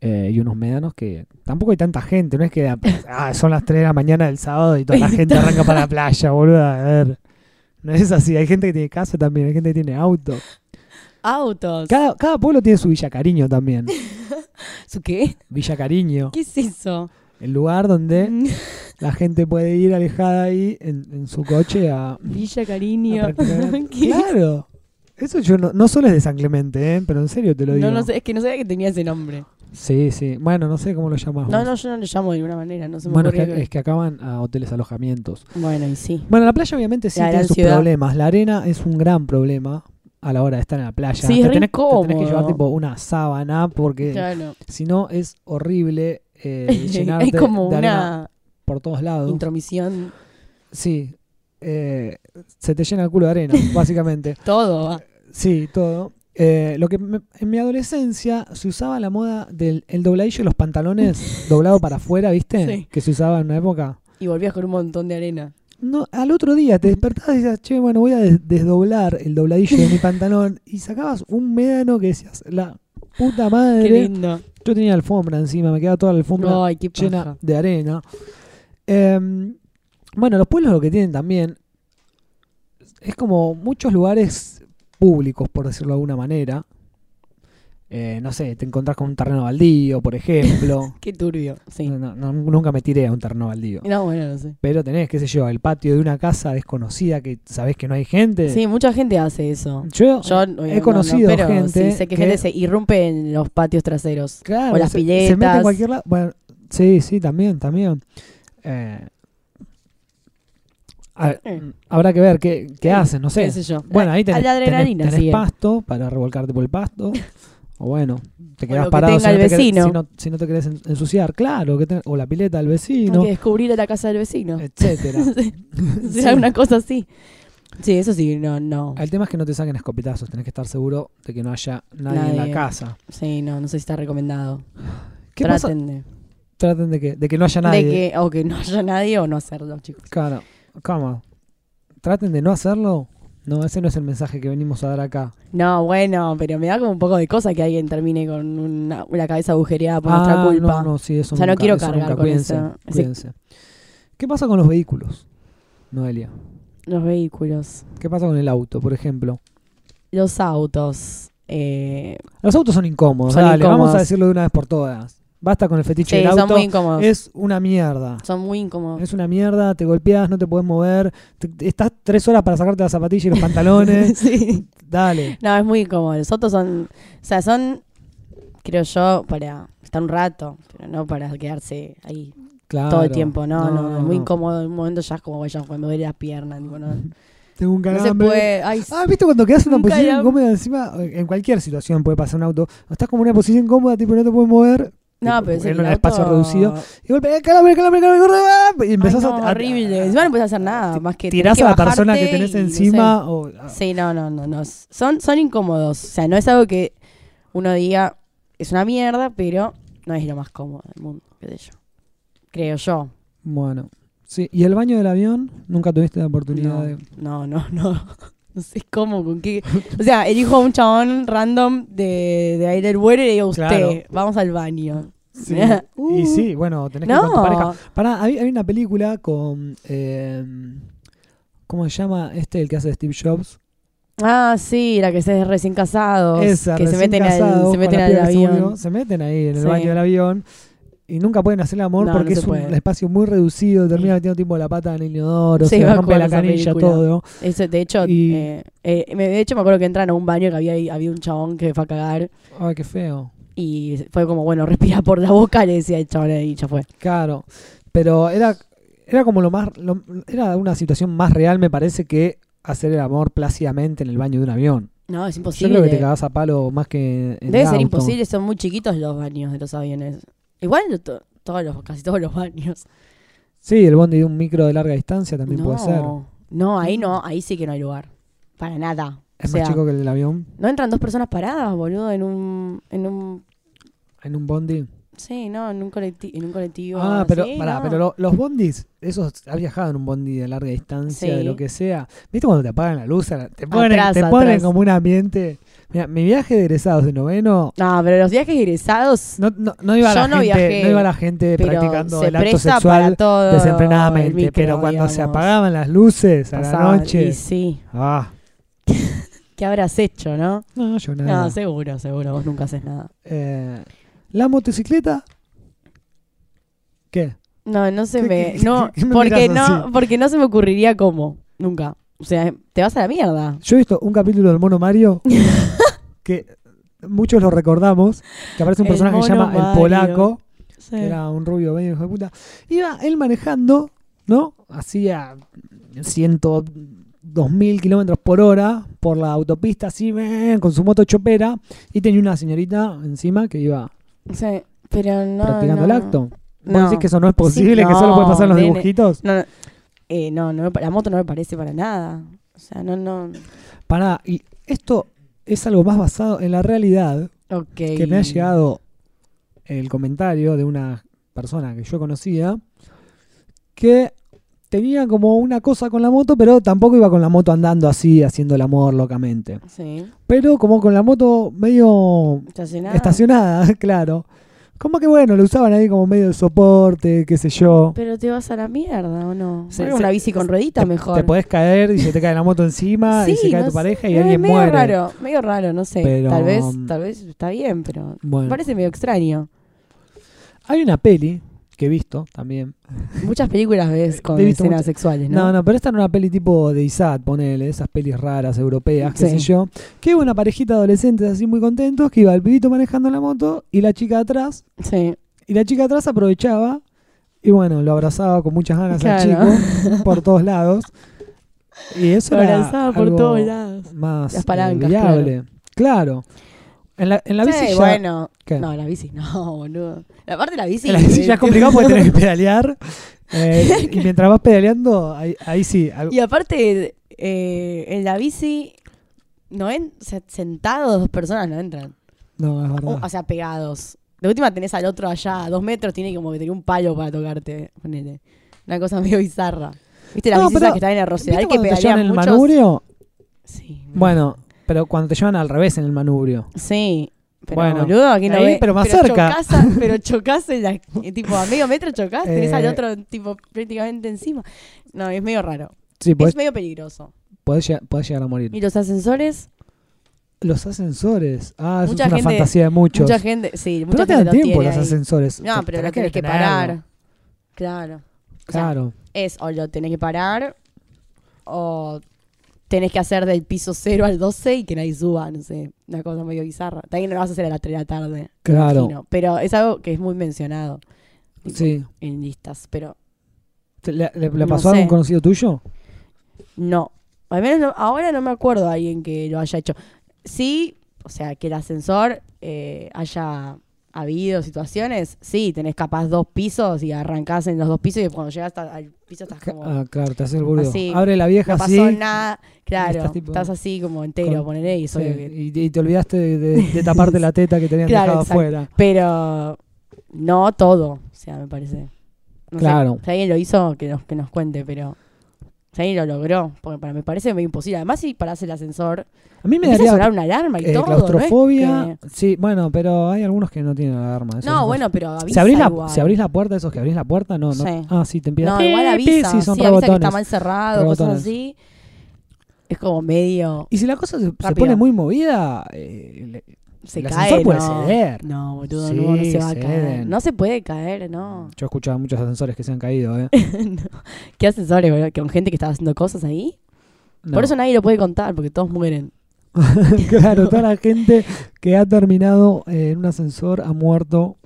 S1: eh, y unos médanos que tampoco hay tanta gente, no es que ah, son las 3 de la mañana del sábado y toda la gente arranca para la playa, boludo, a ver. No es así, hay gente que tiene casa también, hay gente que tiene auto.
S2: Autos.
S1: Cada, cada pueblo tiene su Villa Cariño también.
S2: ¿Su qué?
S1: Villa Cariño,
S2: ¿Qué es eso? Mm,
S1: el lugar donde la gente puede ir alejada ahí en, en su coche a,
S2: Villa
S1: a
S2: Cariño.
S1: practicar.
S2: ¿Qué?
S1: Claro. Eso yo no, no solo es de San Clemente, ¿eh? pero en serio te lo digo.
S2: No, no sé, es que no sabía que tenía ese nombre.
S1: Sí, sí. Bueno, no sé cómo lo llamamos.
S2: No, no, yo no le llamo de ninguna manera, no se me
S1: bueno, es
S2: ocurría
S1: que,
S2: que-
S1: es que acaban a hoteles alojamientos.
S2: Bueno, y sí.
S1: Bueno, la playa obviamente sí
S2: La
S1: tiene
S2: gran
S1: sus
S2: ciudad.
S1: problemas. La arena es un gran problema a la hora de estar en la playa.
S2: Sí, es
S1: te,
S2: re
S1: tenés, te tenés que
S2: incómodo.
S1: llevar tipo una sábana porque
S2: Claro.
S1: si no es horrible eh,
S2: Hay
S1: llenarte
S2: como
S1: de arena
S2: una
S1: por todos lados.
S2: intromisión,
S1: Sí. Eh, se te llena el culo de arena, básicamente.
S2: todo. va.
S1: Sí, todo. Eh, lo que me- en mi adolescencia se usaba la moda del el dobladillo de los pantalones doblado para afuera, ¿viste?
S2: Sí.
S1: Que se usaba en una época.
S2: Y volvías con un montón de arena.
S1: No, al otro día te despertabas y decías, che, bueno, voy a des- desdoblar el dobladillo de mi pantalón. Y sacabas un médano que decías, la puta
S2: Qué
S1: madre.
S2: lindo.
S1: Yo tenía alfombra encima, me quedaba toda la alfombra
S2: Ay, qué
S1: llena
S2: paja.
S1: de arena. Em, bueno, los pueblos lo que tienen también es como muchos lugares públicos, por decirlo de alguna manera. Eh, no sé, te encontrás con un terreno baldío, por ejemplo.
S2: Qué turbio, sí.
S1: No, no, nunca me tiré a un terreno baldío.
S2: No, bueno, no sé.
S1: Pero tenés, qué sé yo, el patio de una casa desconocida que sabés que no hay gente.
S2: Sí, mucha gente hace eso.
S1: Yo,
S2: Yo obviamente, no,
S1: conocido
S2: no, pero
S1: gente
S2: sí, sé que,
S1: que-
S2: gente se irrumpe en los patios traseros.
S1: Claro,
S2: O las
S1: se, se mete en
S2: piletas.
S1: cualquier lado. Bueno, sí, sí, también, también. Eh, a-
S2: Eh.
S1: Habrá que ver qué, qué
S2: Eh,
S1: hacen, no
S2: Qué
S1: sé.
S2: sé yo.
S1: Bueno, ahí tenés,
S2: A la
S1: tenés-
S2: adrenalina
S1: tenés
S2: sigue.
S1: pasto para revolcarte por el pasto. o bueno, te
S2: O
S1: quedás
S2: lo que
S1: parado si
S2: tenga
S1: no,
S2: el
S1: te querés-
S2: vecino.
S1: si no- si no te querés en- ensuciar. Claro, que ten- o la pileta del
S2: Hay
S1: vecino,
S2: que descubrir la casa del vecino.
S1: etcétera. Eh, Sí. Eh.
S2: Será una cosa así. Sí, eso sí, no, no.
S1: El tema es que no te saquen escopetazos. Tenés que estar seguro de que no haya nadie, en la
S2: Nadie.
S1: casa.
S2: Sí, no, no sé si está recomendado.
S1: ¿Qué pasa?
S2: Traten de-
S1: Traten de que, de que no haya
S2: de,
S1: nadie.
S2: que o que no haya nadie o no hacerlo, chicos.
S1: Claro, cama. Traten de no hacerlo. No, ese no es el mensaje que venimos a dar acá.
S2: No, bueno, pero me da como un poco de cosa que alguien termine con una, una cabeza agujereada por nuestra
S1: Ah, No,
S2: culpa.
S1: no, sí, eso
S2: O sea, no
S1: nunca,
S2: quiero
S1: eso
S2: cargar
S1: nunca.
S2: con
S1: cuídense,
S2: eso. Ese-
S1: cuídense. ¿Qué pasa con los vehículos, Noelia?
S2: Los vehículos,
S1: ¿Qué pasa con el auto, por ejemplo?
S2: los autos. Eh,
S1: Los autos son incómodos,
S2: Son
S1: dale, vamos a
S2: incómodos.
S1: decirlo de una vez por todas. Basta con el fetiche
S2: sí,
S1: del
S2: son
S1: auto.
S2: muy incómodos.
S1: Es una mierda.
S2: Son muy incómodos.
S1: Es una mierda, te golpeas, no te puedes mover, te- te- estás tres horas para sacarte las zapatillas y los pantalones.
S2: Sí.
S1: Dale.
S2: No, es muy incómodo. Los otros son, o sea, son, creo yo, para estar un rato, pero no para quedarse ahí
S1: Claro.
S2: todo el tiempo. No, no, no, es muy
S1: no.
S2: incómodo. En un momento ya es como, bueno, ya cuando duele la pierna, tipo, no,
S1: Tengo un
S2: No se
S1: calambre.
S2: puede. Ay,
S1: Ah, ¿viste cuando quedas en una
S2: Un
S1: posición
S2: calam-
S1: incómoda encima? En cualquier situación puede pasar un auto. Estás como en una posición incómoda, tipo, no te puedes mover.
S2: no, pero es
S1: en
S2: el
S1: un
S2: auto-
S1: espacio reducido. Y golpe, eh, calambre, calambre, calambre, corre, ah, Y
S2: Ay,
S1: empezás
S2: no,
S1: a, a-
S2: horrible. Encima no puedes hacer nada más que. tenés
S1: Tirás
S2: que
S1: a la persona que
S2: bajarte
S1: tenés
S2: y, no sé.
S1: encima. o- ah,
S2: Sí, no, no, no, no. Son, son incómodos. O sea, no es algo que uno diga es una mierda, pero no es lo más cómodo del mundo, qué sé yo. Creo yo.
S1: Bueno. Sí. ¿Y el baño del avión? Nunca tuviste la oportunidad
S2: No,
S1: de.
S2: no, no, no. No sé cómo, con qué. O sea, elijo a un chabón random de, de ahí del vuelo y le digo, usted,
S1: Claro.
S2: vamos al baño.
S1: Sí.
S2: Uh.
S1: Y sí, bueno, tenés que ir con tu pareja.
S2: No,
S1: Pará, hay, hay una película con. eh, ¿Cómo se llama este, el que hace Steve Jobs?
S2: ah, sí, la que se es recién casados,
S1: Esa,
S2: que se
S1: recién
S2: meten al,
S1: casados,
S2: se
S1: con
S2: meten
S1: la
S2: al
S1: piba que se
S2: avión.
S1: murió, Se meten ahí en el
S2: Sí.
S1: baño del avión y nunca pueden hacer el amor
S2: No,
S1: porque
S2: no se
S1: es un
S2: puede.
S1: espacio muy reducido. Termina
S2: Sí.
S1: metiendo tipo la pata en el inodoro,
S2: Sí,
S1: se
S2: me
S1: le rompe
S2: acuerdo
S1: la
S2: esa
S1: canilla,
S2: película.
S1: todo.
S2: Ese, de hecho,
S1: Y-
S2: eh, eh, me- de hecho me acuerdo que entran a un baño que había, ahí- había un chabón que fue a cagar
S1: Ay, qué feo.
S2: y fue como, bueno, respira por la boca, le decía el chabón y ya fue.
S1: Claro. Pero era, era como lo más. lo- era una situación más real, me parece, que hacer el amor plácidamente en el baño de un avión.
S2: No, es
S1: Yo
S2: imposible.
S1: creo que te cagás a palo más que. En
S2: Debe
S1: el
S2: ser
S1: auto.
S2: imposible, son muy chiquitos los baños de los aviones. Igual to- todos los, casi todos los baños.
S1: Sí, el bondi de un micro de larga distancia también
S2: no,
S1: puede ser.
S2: no, ahí no, ahí sí que no hay lugar. Para nada.
S1: Es
S2: o
S1: más
S2: sea,
S1: chico que el del avión.
S2: no entran dos personas paradas, boludo, en un, en un,
S1: En un bondi.
S2: sí, no, en un colectivo, en un colectivo.
S1: Ah, pero,
S2: sí,
S1: pará,
S2: no.
S1: pero lo- los bondis, esos, has viajado en un bondi de larga distancia, de
S2: Sí.
S1: lo que sea. ¿Viste cuando te apagan la luz? A la- Te ponen,
S2: Atrás,
S1: te ponen
S2: atrás.
S1: como un ambiente. Mira, mi viaje de egresados de noveno,
S2: No, pero los viajes egresados
S1: no, no, no iba,
S2: Yo
S1: la
S2: no
S1: gente,
S2: viajé,
S1: no iba la gente
S2: pero
S1: practicando
S2: se
S1: el acto
S2: presta para
S1: sexual
S2: todo
S1: desenfrenadamente.
S2: el micro,
S1: pero cuando se
S2: digamos.
S1: apagaban las luces a
S2: Pasaban,
S1: la noche.
S2: Y sí.
S1: Ah,
S2: ¿Qué habrás hecho, no?
S1: no, yo
S2: No,
S1: nada.
S2: seguro, seguro. Vos nunca haces nada.
S1: Eh, la motocicleta. ¿Qué?
S2: No, no se
S1: ¿Qué-
S2: me.
S1: qué-
S2: no,
S1: qué me
S2: porque
S1: mirás
S2: no,
S1: así?
S2: porque no se me ocurriría cómo. Nunca. O sea, te vas a la mierda.
S1: Yo he visto un capítulo del Mono Mario que muchos lo recordamos, que aparece un
S2: El
S1: personaje que se
S2: Mono
S1: llama el
S2: Mario. Eh.
S1: polaco,
S2: Sí.
S1: que era un rubio medio hijo de puta. Iba él manejando, ¿no? Hacía 102 mil kilómetros por hora por la autopista, así, ven, con su moto chopera, y tenía una señorita encima que iba
S2: Sí, Pero no.
S1: practicando
S2: no.
S1: el acto. ¿Vos
S2: No.
S1: decís que eso no es posible,
S2: Sí,
S1: que solo puede
S2: no,
S1: pasar en los
S2: nene.
S1: dibujitos?
S2: No, no. Eh, no, no me pa- la moto no me parece para nada. O sea, no, no.
S1: Pará, y esto es algo más basado en la realidad
S2: Ok.
S1: que me ha llegado el comentario de una persona que yo conocía que tenía como una cosa con la moto, pero tampoco iba con la moto andando así, haciendo el amor locamente.
S2: Sí.
S1: Pero como con la moto medio
S2: Estacionada.
S1: estacionada, claro. Como que bueno, lo usaban ahí como medio de soporte, qué sé yo.
S2: Pero te vas a la mierda, ¿o no?
S1: Se-
S2: Poné
S1: se-
S2: una bici con ruedita
S1: Te,
S2: mejor.
S1: te podés caer y se te cae la moto encima y
S2: Sí,
S1: se cae
S2: no
S1: tu
S2: sé,
S1: pareja y
S2: es
S1: alguien
S2: Eh, medio
S1: muere.
S2: raro, medio raro, no sé.
S1: Pero- um,
S2: Tal vez, tal vez está bien, pero me
S1: Bueno,
S2: parece medio extraño.
S1: hay una peli que he visto también,
S2: Muchas películas ves con
S1: He visto
S2: escenas
S1: muchas-
S2: sexuales, ¿no?
S1: No, no, pero esta era una peli tipo de Isaac, ponele, esas pelis raras europeas, qué
S2: Sí.
S1: sé yo. Que iba una parejita de adolescentes así muy contentos, que iba el pibito manejando la moto y la chica atrás,
S2: Sí.
S1: y la chica atrás aprovechaba y bueno, lo abrazaba con muchas ganas
S2: Claro.
S1: al chico por todos lados. Y eso
S2: Lo
S1: era
S2: abrazaba por
S1: algo
S2: todos lados.
S1: más
S2: Las
S1: eh,
S2: palancas,
S1: viable. Claro. En la, en la bici
S2: sí,
S1: ya-
S2: bueno.
S1: ¿qué?
S2: No, la bici no, boludo. La parte de la bici.
S1: en la bici
S2: eh,
S1: ya es complicado porque tenés que pedalear. eh, y mientras vas pedaleando, ahí, ahí sí. al-
S2: Y aparte, eh, en la bici, no en, o sea, sentados dos personas no entran.
S1: No, es
S2: O,
S1: verdad.
S2: o sea, pegados. De última tenés al otro allá, a dos metros, tiene como que tener un palo para tocarte. Ponele. Una cosa medio bizarra. ¿Viste las
S1: No,
S2: bicis
S1: pero-
S2: esas que están en el Rosedal
S1: ¿Viste
S2: que
S1: cuando te llevan
S2: pedalean
S1: en el
S2: muchos?
S1: manubrio?
S2: Sí.
S1: Bueno, pero cuando te llevan al revés en el manubrio.
S2: Sí. Pero
S1: Bueno,
S2: boludo, aquí no
S1: ahí,
S2: ve.
S1: pero más cerca.
S2: chocás a- pero chocás en la- eh, tipo, a medio metro chocás, tenés al
S1: Eh.
S2: otro tipo prácticamente encima. No, es medio raro.
S1: Sí, podés,
S2: Es medio peligroso.
S1: podés lle- podés llegar a
S2: Y
S1: morir.
S2: los ascensores,
S1: Los ascensores. Ah, eso
S2: Mucha
S1: es una
S2: gente-
S1: fantasía de muchos.
S2: mucha gente, sí,
S1: pero
S2: mucha
S1: no te
S2: gente
S1: dan
S2: los
S1: tiempo
S2: tiene
S1: los
S2: ahí.
S1: asesores.
S2: No, pero los tenés que parar. Claro. O sea,
S1: Claro.
S2: es o lo tenés que parar o tenés que hacer del piso 0 al 12 y que nadie suba, no sé, una cosa medio bizarra. También no lo vas a hacer a las 3 de la tarde, me
S1: Claro.
S2: imagino, pero es algo que es muy mencionado tipo,
S1: Sí.
S2: en listas, pero
S1: ¿Te- ¿Le, le- le
S2: No
S1: pasó a
S2: sé.
S1: algún conocido tuyo?
S2: no. Al menos no- ahora no me acuerdo de alguien que lo haya hecho. Sí, o sea, que el ascensor eh, haya habido situaciones. Sí, tenés capaz dos pisos y arrancás en los dos pisos y cuando llegas hasta- al piso estás como...
S1: Ah, claro, te hace el boludo.
S2: Así,
S1: Abre la vieja
S2: no pasó
S1: así.
S2: nada. Claro,
S1: estás
S2: estás,
S1: tipo-
S2: así como entero,
S1: con-
S2: ponele, y es
S1: sí,
S2: obvio que-
S1: y, y te olvidaste de, de- de taparte la teta que tenían
S2: Claro,
S1: dejado
S2: exacto.
S1: afuera.
S2: Pero no todo, o sea, me parece. No sé,
S1: Claro.
S2: si alguien lo hizo, que nos, que nos cuente, pero... Si alguien lo logró, porque para me parece medio imposible. Además, si parás el ascensor,
S1: A mí me
S2: empieza a
S1: daría
S2: sonar una alarma y
S1: eh,
S2: todo. ¿no es
S1: claustrofobia.
S2: que-
S1: Sí, bueno, pero hay algunos que no tienen alarma. eso es
S2: No,
S1: otra
S2: bueno, pero avisa
S1: Si abrís, la,
S2: igual.
S1: si abrís la puerta, esos que abrís la puerta, no, no.
S2: Sí.
S1: Ah, sí, te empiezan
S2: No, igual avisa.
S1: Sí,
S2: Sí,
S1: son
S2: avisa que
S1: rebotones.
S2: está mal cerrado,
S1: Rebotones.
S2: cosas así. Es como medio...
S1: Y si la cosa se, se
S2: Rápido.
S1: pone muy movida, eh, le-
S2: Se
S1: El
S2: cae,
S1: ascensor puede
S2: no.
S1: ceder.
S2: No, boludo,
S1: Sí,
S2: no, no se va
S1: ceden.
S2: a caer. No se puede caer, no.
S1: yo he escuchado muchos ascensores que se han caído. ¿eh?
S2: No. ¿Qué ascensores, boludo? Con gente que estaba haciendo cosas ahí.
S1: No.
S2: Por eso nadie lo puede contar, porque todos mueren.
S1: claro, toda la gente que ha terminado eh, en un ascensor ha muerto.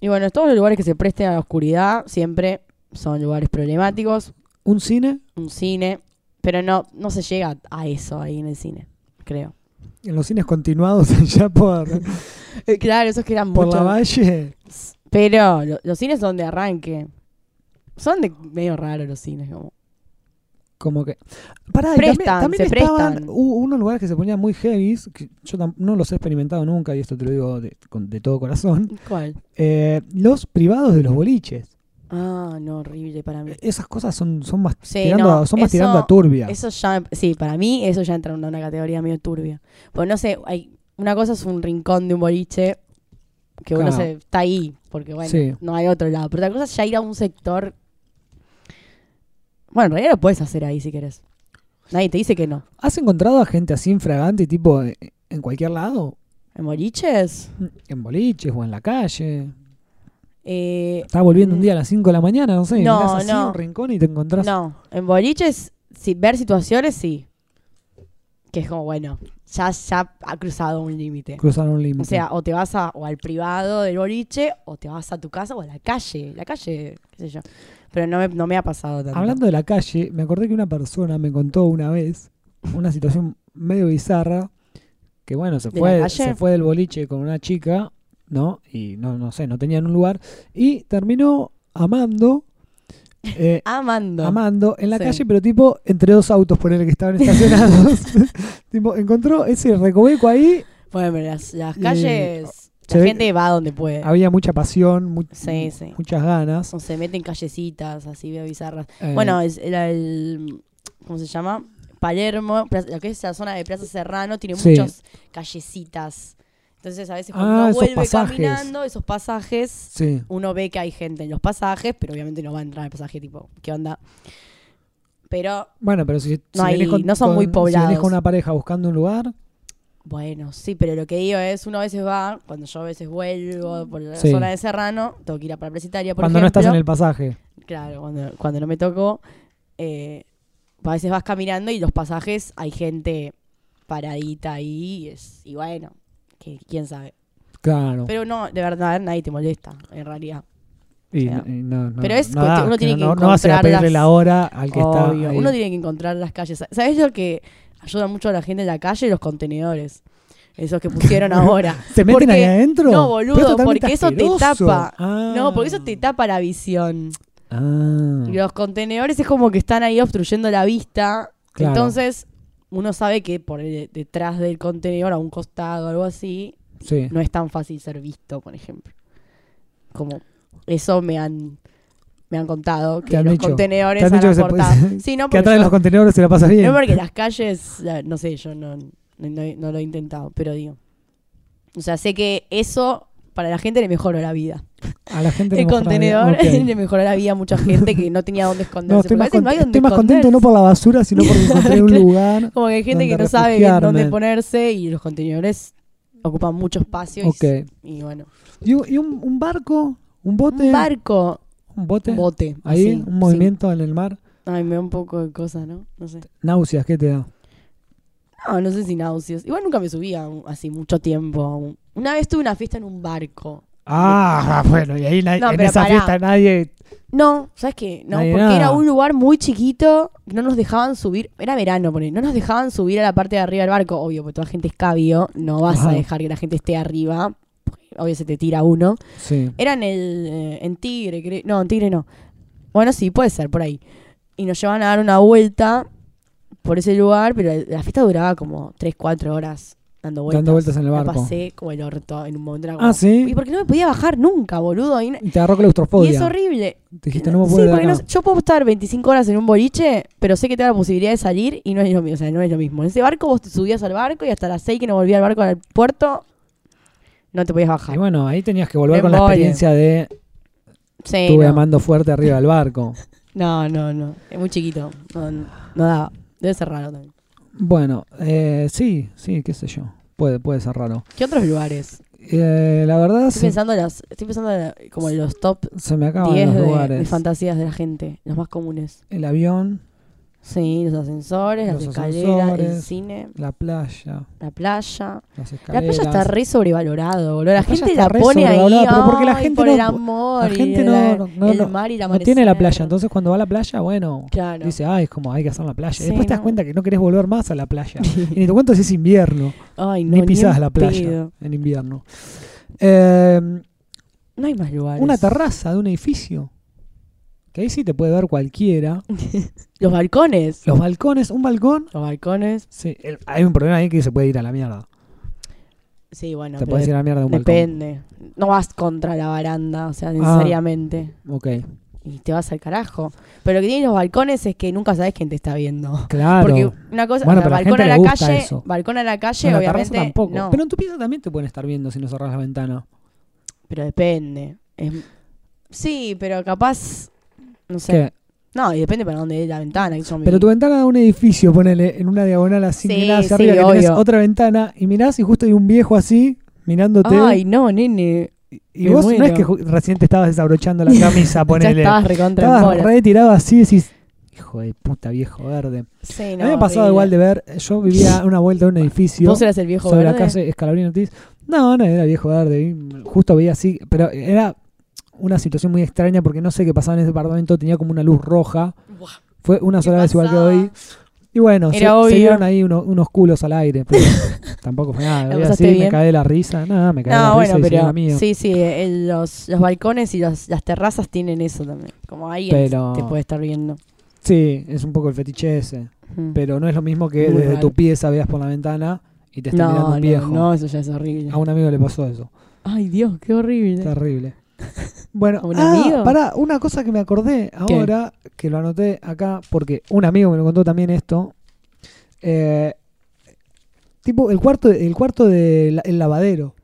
S2: Y bueno, todos los lugares que se presten a la oscuridad siempre son lugares problemáticos.
S1: ¿Un cine?
S2: Un cine. Pero no, no se llega a eso ahí en el cine, creo.
S1: En los cines continuados allá por, Eh,
S2: Claro, esos que eran
S1: por la
S2: muchos.
S1: valle.
S2: Pero lo- los cines son de arranque. Son de medio raros los cines, como.
S1: Como que. Pará, y también-
S2: Prestan,
S1: también,
S2: se
S1: estaban
S2: prestan.
S1: hubo unos lugares que se ponían muy heavies, que yo tam- no los he experimentado nunca, y esto te lo digo de, con- de todo corazón.
S2: ¿Cuál?
S1: Eh, los privados de los boliches.
S2: Ah, no, horrible para mí.
S1: Esas cosas son, son más,
S2: Sí,
S1: Eh, tirando,
S2: Eh, no,
S1: a- son más
S2: eso-
S1: tirando a turbia.
S2: Eso ya, me- sí, para mí eso ya entra en una categoría medio turbia. Pues no sé, hay una cosa es un rincón de un boliche que uno
S1: Claro.
S2: se, está ahí, porque bueno,
S1: Sí.
S2: no hay otro lado. Pero otra cosa es ya ir a un sector. Bueno, en realidad lo puedes hacer ahí si querés. Nadie te dice que no.
S1: ¿Has encontrado a gente así infragante, tipo eh, en cualquier lado?
S2: En boliches,
S1: En boliches o en la calle.
S2: eh,
S1: Estás volviendo un día a las 5 de la mañana, no sé.
S2: No,
S1: mirás así
S2: no.
S1: un rincón y te encontrás.
S2: No, en boliches, si, ver situaciones sí. Que es como, bueno, ya, ya ha cruzado un límite.
S1: Cruzaron un límite.
S2: O sea, o te vas a, o al privado del boliche, o te vas a tu casa, o a la calle. La calle, qué sé yo. Pero no me, no me ha pasado tanto.
S1: Hablando de la calle, me acordé que una persona me contó una vez una situación medio bizarra. Que bueno, se
S2: ¿De la
S1: fue,
S2: calle?
S1: se fue del boliche con una chica, ¿no? Y no, no sé, no tenían un lugar. Y terminó amando. eh,
S2: Amando.
S1: amando en la
S2: Sí.
S1: calle, pero tipo entre dos autos por el que estaban estacionados. tipo, encontró ese recoveco ahí.
S2: bueno, pero las, las
S1: Eh,
S2: calles,
S1: se
S2: la
S1: ve-
S2: gente va donde puede.
S1: Había mucha pasión, mu-
S2: Eh. Sí, sí.
S1: muchas ganas.
S2: O se meten callecitas, así veo bizarras.
S1: Eh,
S2: Bueno, es el, el- ¿cómo se llama? Palermo, plaza- lo que es la zona de Plaza Serrano, tiene
S1: Sí.
S2: muchas callecitas. Entonces a veces cuando
S1: Ah,
S2: uno
S1: esos
S2: vuelve
S1: pasajes.
S2: caminando, esos pasajes,
S1: sí.
S2: uno ve que hay gente en los pasajes, pero obviamente no va a entrar al pasaje tipo, ¿qué onda? Pero
S1: Bueno, pero si, si
S2: No hay-
S1: venís con-
S2: no son muy
S1: con- si venís
S2: poblados.
S1: con una pareja buscando un lugar,
S2: bueno, sí, pero lo que digo es, uno a veces va, cuando yo a veces vuelvo por la
S1: Sí.
S2: zona de Serrano, tengo que ir a para Presitaria, por
S1: cuando no
S2: ejemplo.
S1: estás en el pasaje.
S2: Claro, cuando, cuando no me tocó, eh, a veces vas caminando y los pasajes hay gente paradita ahí y, es, y bueno, que, quién sabe.
S1: Claro.
S2: Pero no, de verdad, nadie te molesta, en realidad.
S1: Y-
S2: o sea,
S1: y no- no-
S2: pero es
S1: no
S2: cuestión-
S1: da,
S2: uno tiene que
S1: no, no vas a ir a pedirle
S2: encontrarlas.
S1: la hora al que
S2: Obvio,
S1: está. ahí.
S2: Uno tiene que encontrar las calles. ¿Sabes lo que ayuda mucho a la gente en la calle? Los contenedores. Esos que pusieron ahora.
S1: ¿Se meten ahí
S2: porque-
S1: adentro?
S2: no,
S1: Pero es
S2: boludo,
S1: totalmente
S2: porque eso te
S1: asqueroso.
S2: tapa.
S1: Ah.
S2: No, porque eso te tapa la visión.
S1: Ah.
S2: Y Los contenedores es como que están ahí obstruyendo la vista.
S1: Claro.
S2: Entonces, uno sabe que por el- detrás del contenedor, a un costado, algo así,
S1: Sí.
S2: no es tan fácil ser visto, por ejemplo. Como eso me han me han contado que
S1: Te han
S2: los
S1: dicho.
S2: contenedores
S1: Te han
S2: han,
S1: dicho que se
S2: aportado.
S1: puede-
S2: Sí, no,
S1: que
S2: porque
S1: atrás de
S2: yo-
S1: los contenedores se la pasa bien.
S2: no porque las calles, la- no sé, yo no, no, no lo he intentado, pero digo. O sea, sé que eso para la gente le mejoró la vida.
S1: a la gente le
S2: El
S1: mejora la vida.
S2: contenedor
S1: Ok.
S2: le mejoró la vida a mucha gente que no tenía dónde esconderse.
S1: No, estoy
S2: porque
S1: más,
S2: a veces
S1: cont-
S2: hay
S1: estoy
S2: dónde
S1: más contento no
S2: esconderse.
S1: por la basura, sino porque encontré un lugar.
S2: Como que hay gente
S1: dónde
S2: que no sabe bien dónde
S1: refugiarme.
S2: ponerse y los contenedores ocupan mucho espacio. y-
S1: Ok.
S2: Y, bueno,
S1: ¿Y, un- y un, un barco? ¿Un bote?
S2: un barco,
S1: ¿Un bote?
S2: un bote.
S1: Ahí,
S2: así,
S1: un movimiento en el mar.
S2: sí. Ay, me da un poco de cosa, ¿no? No sé.
S1: Náuseas, ¿qué te da?
S2: No, no sé si náuseas. Igual nunca me subía así mucho tiempo. a un- Una vez tuve una fiesta en un barco.
S1: Ah, bueno, y ahí na-
S2: No,
S1: en
S2: pero
S1: esa
S2: pará.
S1: fiesta nadie
S2: No, ¿sabes qué? No,
S1: Nadie
S2: porque
S1: nada.
S2: era un lugar muy chiquito, no nos dejaban subir, era verano, ponele, no nos dejaban subir a la parte de arriba del barco, obvio, porque toda gente es cabio, no vas
S1: Ajá.
S2: a dejar que la gente esté arriba, porque obvio se te tira uno.
S1: Sí.
S2: Era en el, eh, en Tigre, cre- no, en Tigre no. Bueno, sí, puede ser, por ahí. Y nos llevan a dar una vuelta por ese lugar, pero la fiesta duraba como 3, 4 horas dando vueltas.
S1: Dando vueltas en el
S2: La
S1: barco.
S2: pasé como el orto en un momento. era como,
S1: Ah, sí.
S2: Y porque no me podía bajar nunca, boludo. Y,
S1: Y te agarró
S2: y
S1: claustrofobia.
S2: es horrible.
S1: Dijiste, no me
S2: Sí,
S1: puedo ir de
S2: porque no
S1: acá.
S2: sé- yo puedo estar 25 horas en un boliche, pero sé que tengo la posibilidad de salir y no es lo mismo. O sea, no es lo mismo. En ese barco vos te subías al barco y hasta las 6 que no volvía al barco al puerto, no te podías bajar.
S1: Y bueno, ahí tenías que volver
S2: Me
S1: con la
S2: embole.
S1: experiencia de
S2: Sí,
S1: estuve
S2: no.
S1: amando fuerte arriba del barco.
S2: no, no, no. Es muy chiquito. No, no, no daba. Debe ser raro también.
S1: Bueno, eh, sí, sí, qué sé yo. Puede, puede ser raro.
S2: ¿Qué otros lugares?
S1: Eh, la verdad,
S2: Estoy
S1: se,
S2: pensando, en las, estoy pensando en la- como en los top
S1: se me acaban
S2: 10
S1: los
S2: de- de
S1: lugares.
S2: fantasías de la gente, los más comunes.
S1: el avión,
S2: Sí, los ascensores, las
S1: Los
S2: escaleras, el
S1: ascensores.
S2: cine,
S1: la playa,
S2: la playa.
S1: las
S2: La
S1: escaleras.
S2: playa está re sobrevalorado, boludo. La,
S1: La playa
S2: gente
S1: está
S2: la
S1: re
S2: pone ahí,
S1: sobrevalorada, pero porque la
S2: "Ay,
S1: gente
S2: por
S1: no-
S2: el amor,
S1: la
S2: y
S1: gente
S2: el-
S1: no- no-
S2: el
S1: no-
S2: mar y el
S1: no tiene la
S2: amanecer".
S1: playa, entonces cuando va a la playa, bueno,
S2: Claro.
S1: dice, ay, es como hay que hacer la playa.
S2: Sí,
S1: Y después te das
S2: no.
S1: cuenta que no querés volver más a la playa. y ni te cuento si es invierno,
S2: Ay, no,
S1: ni pisás
S2: en
S1: la playa
S2: pedo.
S1: en invierno. Eh,
S2: No hay más lugares.
S1: una terraza de un edificio, que ahí sí te puede ver cualquiera.
S2: Los balcones.
S1: Los balcones, un balcón.
S2: Los balcones.
S1: Sí, el- hay un problema ahí que se puede ir a la mierda.
S2: Sí, bueno.
S1: te
S2: pero
S1: puedes ir a la mierda de un balcón. Ah.
S2: Depende. No vas contra la baranda, o sea, necesariamente.
S1: Ok,
S2: Y te vas al carajo. Pero lo que tienen los balcones es que nunca sabes quién te está viendo.
S1: claro.
S2: Porque una cosa,
S1: Bueno, pero
S2: o sea,
S1: a la
S2: balcón
S1: gente
S2: a
S1: le
S2: la
S1: gusta
S2: calle,
S1: eso.
S2: balcón a la calle,
S1: en la terraza
S2: obviamente.
S1: tampoco.
S2: no, pero...
S1: Pero en tu pieza también te pueden estar viendo si no cerrás la ventana.
S2: depende. Es- Sí, pero capaz, no sé.
S1: ¿Qué?
S2: No, y depende para dónde es la ventana. que yo me-
S1: Pero tu ventana da un edificio, ponele, en una diagonal así,
S2: Sí,
S1: mirás hacia
S2: sí,
S1: arriba, que tenés
S2: obvio.
S1: otra ventana, y mirás y justo hay un viejo así, mirándote.
S2: Ay, no, nene.
S1: y
S2: me
S1: vos
S2: muero.
S1: no es que ju- recién te estabas desabrochando la camisa,
S2: Ya
S1: ponele.
S2: estabas recontra en
S1: estabas
S2: bola.
S1: re tirado así, decís, hijo de puta, viejo verde.
S2: Sí,
S1: a mí me ha pasado igual de
S2: horrible.
S1: ver, yo vivía una vuelta de un edificio.
S2: ¿Vos eras el viejo
S1: sobre
S2: verde?
S1: la calle Escalabrini Ortiz. No, no era viejo verde. y Justo veía así, pero era una situación muy extraña porque no sé qué pasaba en ese apartamento. Tenía como una luz roja.
S2: Buah,
S1: Fue una
S2: ¿qué
S1: sola vez igual que
S2: pasaba?
S1: hoy. Y bueno, se,
S2: Era obvio.
S1: se dieron ahí uno- unos culos al aire. Pero tampoco fue nada.
S2: ¿La
S1: veía
S2: pasaste
S1: así, me
S2: bien?
S1: caí de la risa. Nada, me caí de la
S2: No, bueno,
S1: risa y seguí
S2: pero
S1: la mía.
S2: sí, sí, el- los, los balcones y los- las terrazas tienen eso también. Como alguien
S1: Pero-
S2: te puede estar viendo.
S1: Sí, es un poco el fetiche ese.
S2: Mm.
S1: Pero no es lo mismo que
S2: Muy
S1: desde
S2: mal.
S1: tu pieza veas por la ventana y te está mirando
S2: no,
S1: un
S2: no,
S1: viejo. Ah,
S2: no, eso ya es horrible.
S1: A un amigo le pasó eso.
S2: Ay, Dios, qué horrible.
S1: Terrible. Bueno,
S2: ¿A un
S1: ah,
S2: amigo?
S1: pará, una cosa que me acordé ahora, que lo anoté acá, porque un amigo me lo contó también esto. Eh, tipo, el cuarto, el cuarto del lavadero.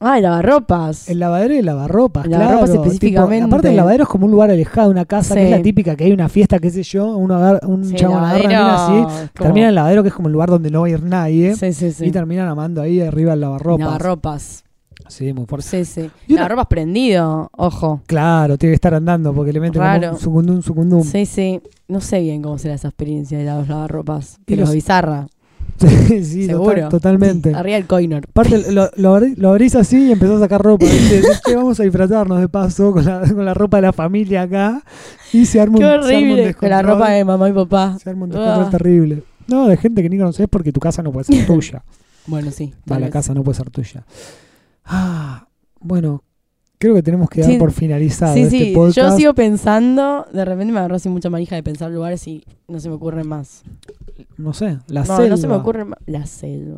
S2: Ay, Ah, lavarropas.
S1: El lavadero y el lavarropas,
S2: El
S1: claro.
S2: lavarropas
S1: tipo,
S2: específicamente.
S1: aparte, el lavadero es como un lugar alejado, una casa, que es
S2: Sí.
S1: la típica, que hay una fiesta, qué sé yo, uno agarra- un
S2: Sí,
S1: chabón agarra
S2: lavadero,
S1: una mina así,
S2: como-
S1: termina en el lavadero, que es como el lugar donde no va a ir nadie,
S2: Sí, sí, sí.
S1: y terminan amando ahí arriba el lavarropas.
S2: Lavarropas.
S1: Sí, muy fuerte.
S2: Sí, sí.
S1: Y una-
S2: Lavarropas prendido, ojo.
S1: Claro, tiene que estar andando porque le meten como
S2: Raro.
S1: un sucundum, sucundum.
S2: Sí, sí. No sé bien cómo será esa experiencia de los lavarropas. Pero
S1: los-
S2: bizarra.
S1: Sí, sí,
S2: Seguro.
S1: total- totalmente.
S2: Arriba el coinor.
S1: Aparte, lo, lo, abrí- lo abrís así y empezás a sacar ropa. ¿viste? Decís, "Che, vamos a disfrazarnos de paso con la, con la ropa de la familia acá. Y se arma un,
S2: Qué
S1: se arma un
S2: horrible. Con
S1: descontrol.
S2: la ropa de mamá y papá.
S1: Se arma un descontrol
S2: Ah.
S1: terrible. No, de gente que ni conoces porque tu casa no puede ser tuya.
S2: Bueno, sí.
S1: Va,
S2: tal
S1: la
S2: vez.
S1: casa no puede ser tuya. Ah, bueno, creo que tenemos que dar
S2: Sí.
S1: por finalizado
S2: Sí,
S1: este
S2: sí.
S1: podcast.
S2: Yo sigo pensando. De repente me agarró así mucha manija de pensar lugares y no se me ocurren más.
S1: No sé, la
S2: no,
S1: selva.
S2: no se me ocurren más. La selva.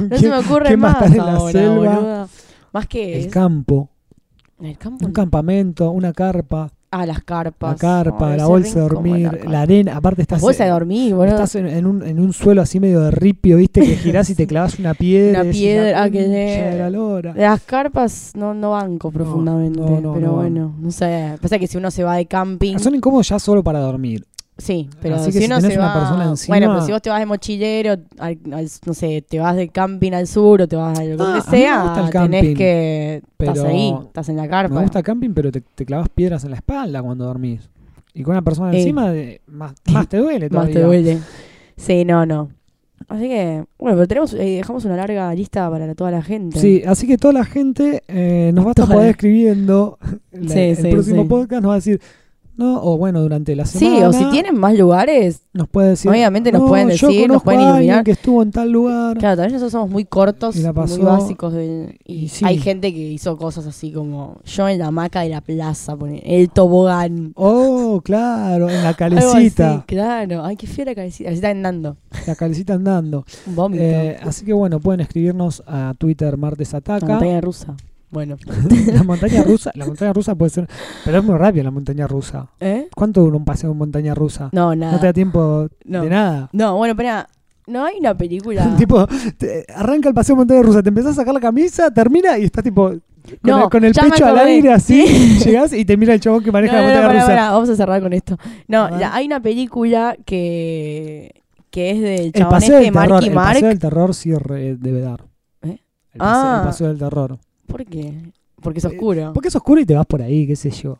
S2: No
S1: ¿Qué-
S2: se me ocurre
S1: qué más
S2: más,
S1: está en la
S2: ahora,
S1: selva?
S2: boluda. Más que
S1: El
S2: es-
S1: campo,
S2: en el campo.
S1: un campamento, una carpa.
S2: Ah, las carpas.
S1: La carpa,
S2: Ay,
S1: la
S2: ese
S1: bolsa de
S2: rincón, la
S1: dormir,
S2: carpa.
S1: la arena. Aparte
S2: La
S1: estás,
S2: bolsa de dormir, boludo.
S1: estás en, en un, en un suelo así medio de ripio, viste, que girás y te clavas una piedra.
S2: Una
S1: y decís,
S2: piedra,
S1: "La
S2: ah, que
S1: concha
S2: le-
S1: de la lora".
S2: Las carpas no, no banco profundamente,
S1: no, no,
S2: pero
S1: no
S2: bueno, no sé. Pasa que si uno se va de camping,
S1: Son incómodos ya solo para dormir.
S2: sí, pero
S1: Así
S2: si,
S1: que si
S2: uno
S1: tenés
S2: se
S1: una
S2: va,
S1: persona encima-
S2: bueno, pero si vos te vas de mochilero, al- al- no sé, te vas de camping al sur o te vas a
S1: Ah, a mí
S2: donde
S1: me gusta
S2: sea,
S1: el
S2: tenés
S1: camping,
S2: que
S1: pero
S2: estás ahí, estás en la carpa.
S1: Me gusta camping, pero te, te clavas piedras en la espalda cuando dormís. Y con una persona
S2: Ey.
S1: encima, de- más, más te duele
S2: Más
S1: todavía.
S2: te duele. Sí, no, no. Así que, bueno, pero tenemos eh, dejamos una larga lista para toda la gente.
S1: Sí, así que toda la gente eh, nos va a estar
S2: Toda
S1: por ahí
S2: la-
S1: escribiendo. La-
S2: Sí,
S1: el
S2: sí,
S1: próximo
S2: sí.
S1: podcast nos va a decir, ¿no? O bueno, durante la semana.
S2: Sí, o si tienen más lugares,
S1: nos puede decir.
S2: Obviamente nos
S1: "No,
S2: pueden
S1: yo
S2: decir, nos
S1: conozco
S2: pueden
S1: a alguien
S2: iluminar".
S1: que estuvo en tal lugar.
S2: claro, también nosotros somos muy cortos,
S1: Y la pasó-
S2: muy básicos. de- y
S1: y sí.
S2: hay gente que hizo cosas así como yo en la hamaca de la plaza, pone, el tobogán.
S1: Oh, claro, en la
S2: Algo así,
S1: calecita.
S2: claro. Ay, qué fiera cabecita. Así está andando.
S1: La calecita andando.
S2: Un vómito.
S1: Eh, así que bueno, pueden escribirnos a Twitter Martes
S2: la
S1: Ataca.
S2: montaña rusa. Bueno.
S1: La montaña rusa, la montaña rusa puede ser, pero es muy rápida la montaña rusa.
S2: ¿Eh?
S1: ¿Cuánto dura un paseo en montaña rusa?
S2: No,
S1: No,
S2: nada.
S1: te da tiempo
S2: No.
S1: de nada.
S2: No, bueno, espera. No hay una película.
S1: tipo, te- arranca el paseo en montaña rusa, te empezás a sacar la camisa, termina y estás tipo con
S2: No,
S1: el, con el
S2: ya me
S1: pecho al
S2: acordé.
S1: aire así,
S2: Sí.
S1: llegás y te mira el chabón que
S2: No,
S1: maneja
S2: no,
S1: la
S2: no,
S1: montaña
S2: pará,
S1: rusa.
S2: pará, vamos a cerrar con esto.
S1: A
S2: No,
S1: ver.
S2: la- hay una película que, que es del
S1: El
S2: chabón
S1: paseo,
S2: este
S1: del terror,
S2: Marky
S1: el paseo
S2: Mark.
S1: del terror sí re- debe dar.
S2: ¿Eh?
S1: El, paseo,
S2: Ah.
S1: el paseo del terror.
S2: ¿Por qué? Porque es
S1: Eh,
S2: oscuro.
S1: Porque es oscuro y te vas por ahí, qué sé yo.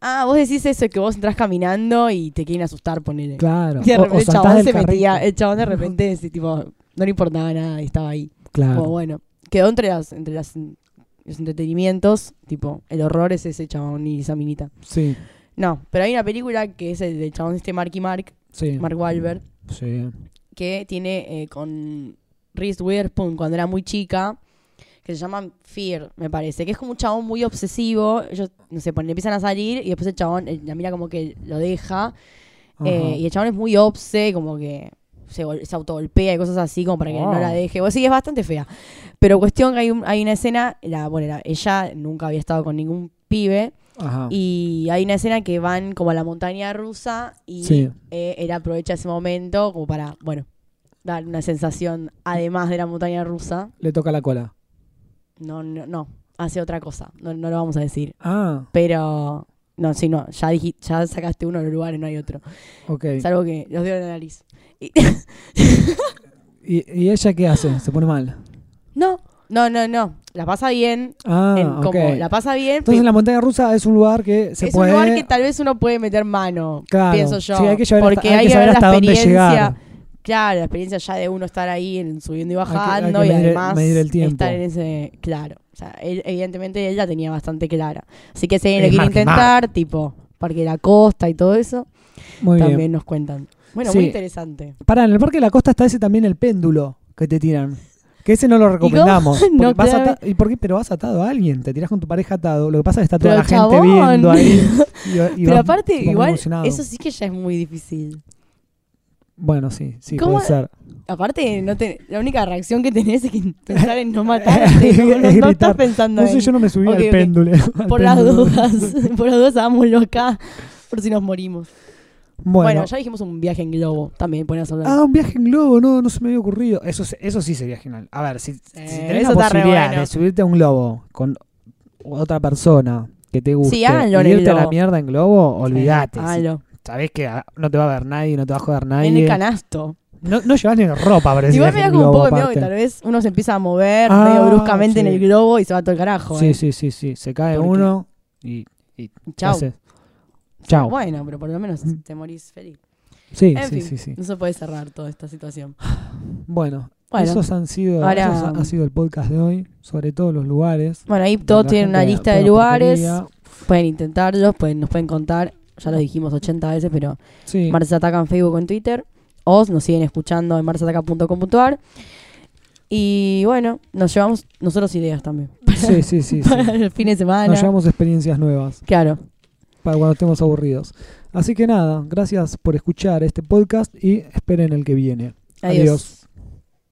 S2: Ah, vos decís eso, que vos entrás caminando y te quieren asustar, ponele.
S1: Claro.
S2: Y de
S1: O-
S2: repente
S1: o
S2: el
S1: saltás
S2: chabón
S1: del
S2: se
S1: carrito.
S2: metía, el chabón de repente sí, tipo, no le importaba nada y estaba ahí.
S1: Claro.
S2: Como bueno, quedó entre las, entre las los entretenimientos, tipo, el horror es ese chabón y esa minita.
S1: Sí,
S2: No, pero hay una película que es el del chabón este Marky Mark,
S1: sí.
S2: Mark Wahlberg,
S1: sí.
S2: que tiene eh, con Reese Witherspoon cuando era muy chica, que se llama Fear, me parece, que es como un chabón muy obsesivo, ellos, no sé, ponen, empiezan a salir y después el chabón, eh, la mira como que lo deja,
S1: Ajá.
S2: eh, y el chabón es muy obse, como que se, gol- se autogolpea y cosas así, como para que
S1: Wow.
S2: no la deje. Bueno, sí, es bastante fea. Pero cuestión que hay, un- hay una escena, la, bueno, la- ella nunca había estado con ningún pibe,
S1: Ajá.
S2: y hay una escena que van como a la montaña rusa y
S1: Sí.
S2: eh, él aprovecha ese momento como para, bueno, dar una sensación además de la montaña rusa.
S1: Le toca la cola.
S2: No, no, no, hace otra cosa, no, no lo vamos a decir.
S1: Ah,
S2: Pero, no, sí, no, ya, diji- ya sacaste uno de los lugares, no hay otro.
S1: ok.
S2: Salvo que los dedos en la nariz. Y-
S1: ¿Y, y ella qué hace? ¿Se pone mal?
S2: no, no, no, no, la pasa bien.
S1: Ah,
S2: en-
S1: ok.
S2: como, la pasa bien.
S1: Entonces
S2: pe-
S1: la montaña rusa es un lugar que se
S2: es
S1: puede...
S2: un lugar que tal vez uno puede meter mano,
S1: Claro.
S2: pienso yo.
S1: Sí, hay que, llevar hasta-
S2: porque
S1: hay que
S2: que
S1: saber
S2: ver
S1: hasta
S2: la
S1: dónde
S2: experiencia.
S1: llegar.
S2: Claro, la experiencia ya de uno estar ahí en- subiendo y
S1: que-
S2: bajando
S1: hay que
S2: y
S1: medir-
S2: además
S1: medir el tiempo.
S2: estar en ese... Claro, o sea, él- evidentemente él la tenía bastante clara. Así que si alguien
S1: Es
S2: lo quiere
S1: más que
S2: intentar, tipo, Parque de la Costa y todo eso,
S1: Muy
S2: también
S1: bien.
S2: nos cuentan. Bueno,
S1: Sí.
S2: muy interesante.
S1: Pará, en el Parque de la Costa está ese también el péndulo que te tiran. Que ese no lo recomendamos.
S2: cómo?
S1: porque
S2: No,
S1: vas
S2: claramente.
S1: ata- ¿Y por qué? Pero vas atado a alguien. Te tirás con tu pareja atado. Lo que pasa es que está toda
S2: Pero
S1: la gente
S2: chabón.
S1: viendo ahí. y- y
S2: Pero
S1: vas
S2: aparte,
S1: tipo muy
S2: igual,
S1: emocionado.
S2: eso sí que ya es muy difícil.
S1: Bueno, sí, sí,
S2: ¿Cómo-
S1: puede ser.
S2: Aparte, no te, la única reacción que tenés es que pensar en no matarte. no, no- no
S1: Gritar.
S2: estás pensando
S1: No
S2: en...
S1: sé, yo no me subí
S2: Ok,
S1: al
S2: ok.
S1: péndulo. al
S2: por las
S1: péndulo.
S2: dudas, por las dudas, hagámoslo acá, por si nos morimos. Bueno,
S1: Bueno,
S2: ya dijimos un viaje en globo, también podemos hablar.
S1: Ah, un viaje en globo, no, no se me había ocurrido. Eso, se- eso sí sería genial. A ver, si, si tenés
S2: Eh, eso
S1: la
S2: está re
S1: posibilidad
S2: bueno.
S1: de subirte a un globo con otra persona que te guste
S2: Sí, háganlo en
S1: y
S2: el
S1: irte a la
S2: globo. Ah,
S1: mierda en globo, olvídate. Si
S2: Hágalo.
S1: Sabés que ah, no te va a ver nadie, no te va a joder
S2: En el
S1: nadie.
S2: canasto.
S1: No, no llevas ni ropa para ese
S2: Igual me
S1: viaje
S2: da
S1: en
S2: como un
S1: globo,
S2: poco de miedo que
S1: aparte.
S2: tal vez uno se empieza a mover
S1: Ah,
S2: medio bruscamente en
S1: sí.
S2: el globo y se va todo el carajo.
S1: Sí,
S2: eh.
S1: sí, sí, sí. Se cae
S2: Porque-
S1: uno y
S2: Chau.
S1: haces- Chau.
S2: Bueno, pero por lo menos
S1: Mm.
S2: te morís feliz.
S1: Sí,
S2: en
S1: sí,
S2: fin,
S1: sí, sí.
S2: no se puede cerrar toda esta situación.
S1: Bueno,
S2: Bueno,
S1: esos han sido,
S2: ahora-
S1: esos ha sido el podcast de hoy, sobre todos los lugares.
S2: bueno ahí
S1: donde
S2: todo
S1: la
S2: tiene una
S1: gente
S2: lista
S1: pone
S2: de lugares.
S1: porquería.
S2: Pueden intentarlos, pueden, nos pueden contar. Ya los dijimos 80 veces, pero
S1: Sí.
S2: Martes Ataca en Facebook o en Twitter. O nos siguen escuchando en martesataca.com.ar. Y bueno, nos llevamos nosotros ideas también. Para,
S1: Sí, sí, sí. sí.
S2: para el fin de semana.
S1: Nos llevamos experiencias nuevas
S2: claro.
S1: para cuando estemos aburridos. Así que nada, gracias por escuchar este podcast y esperen el que viene. Adiós.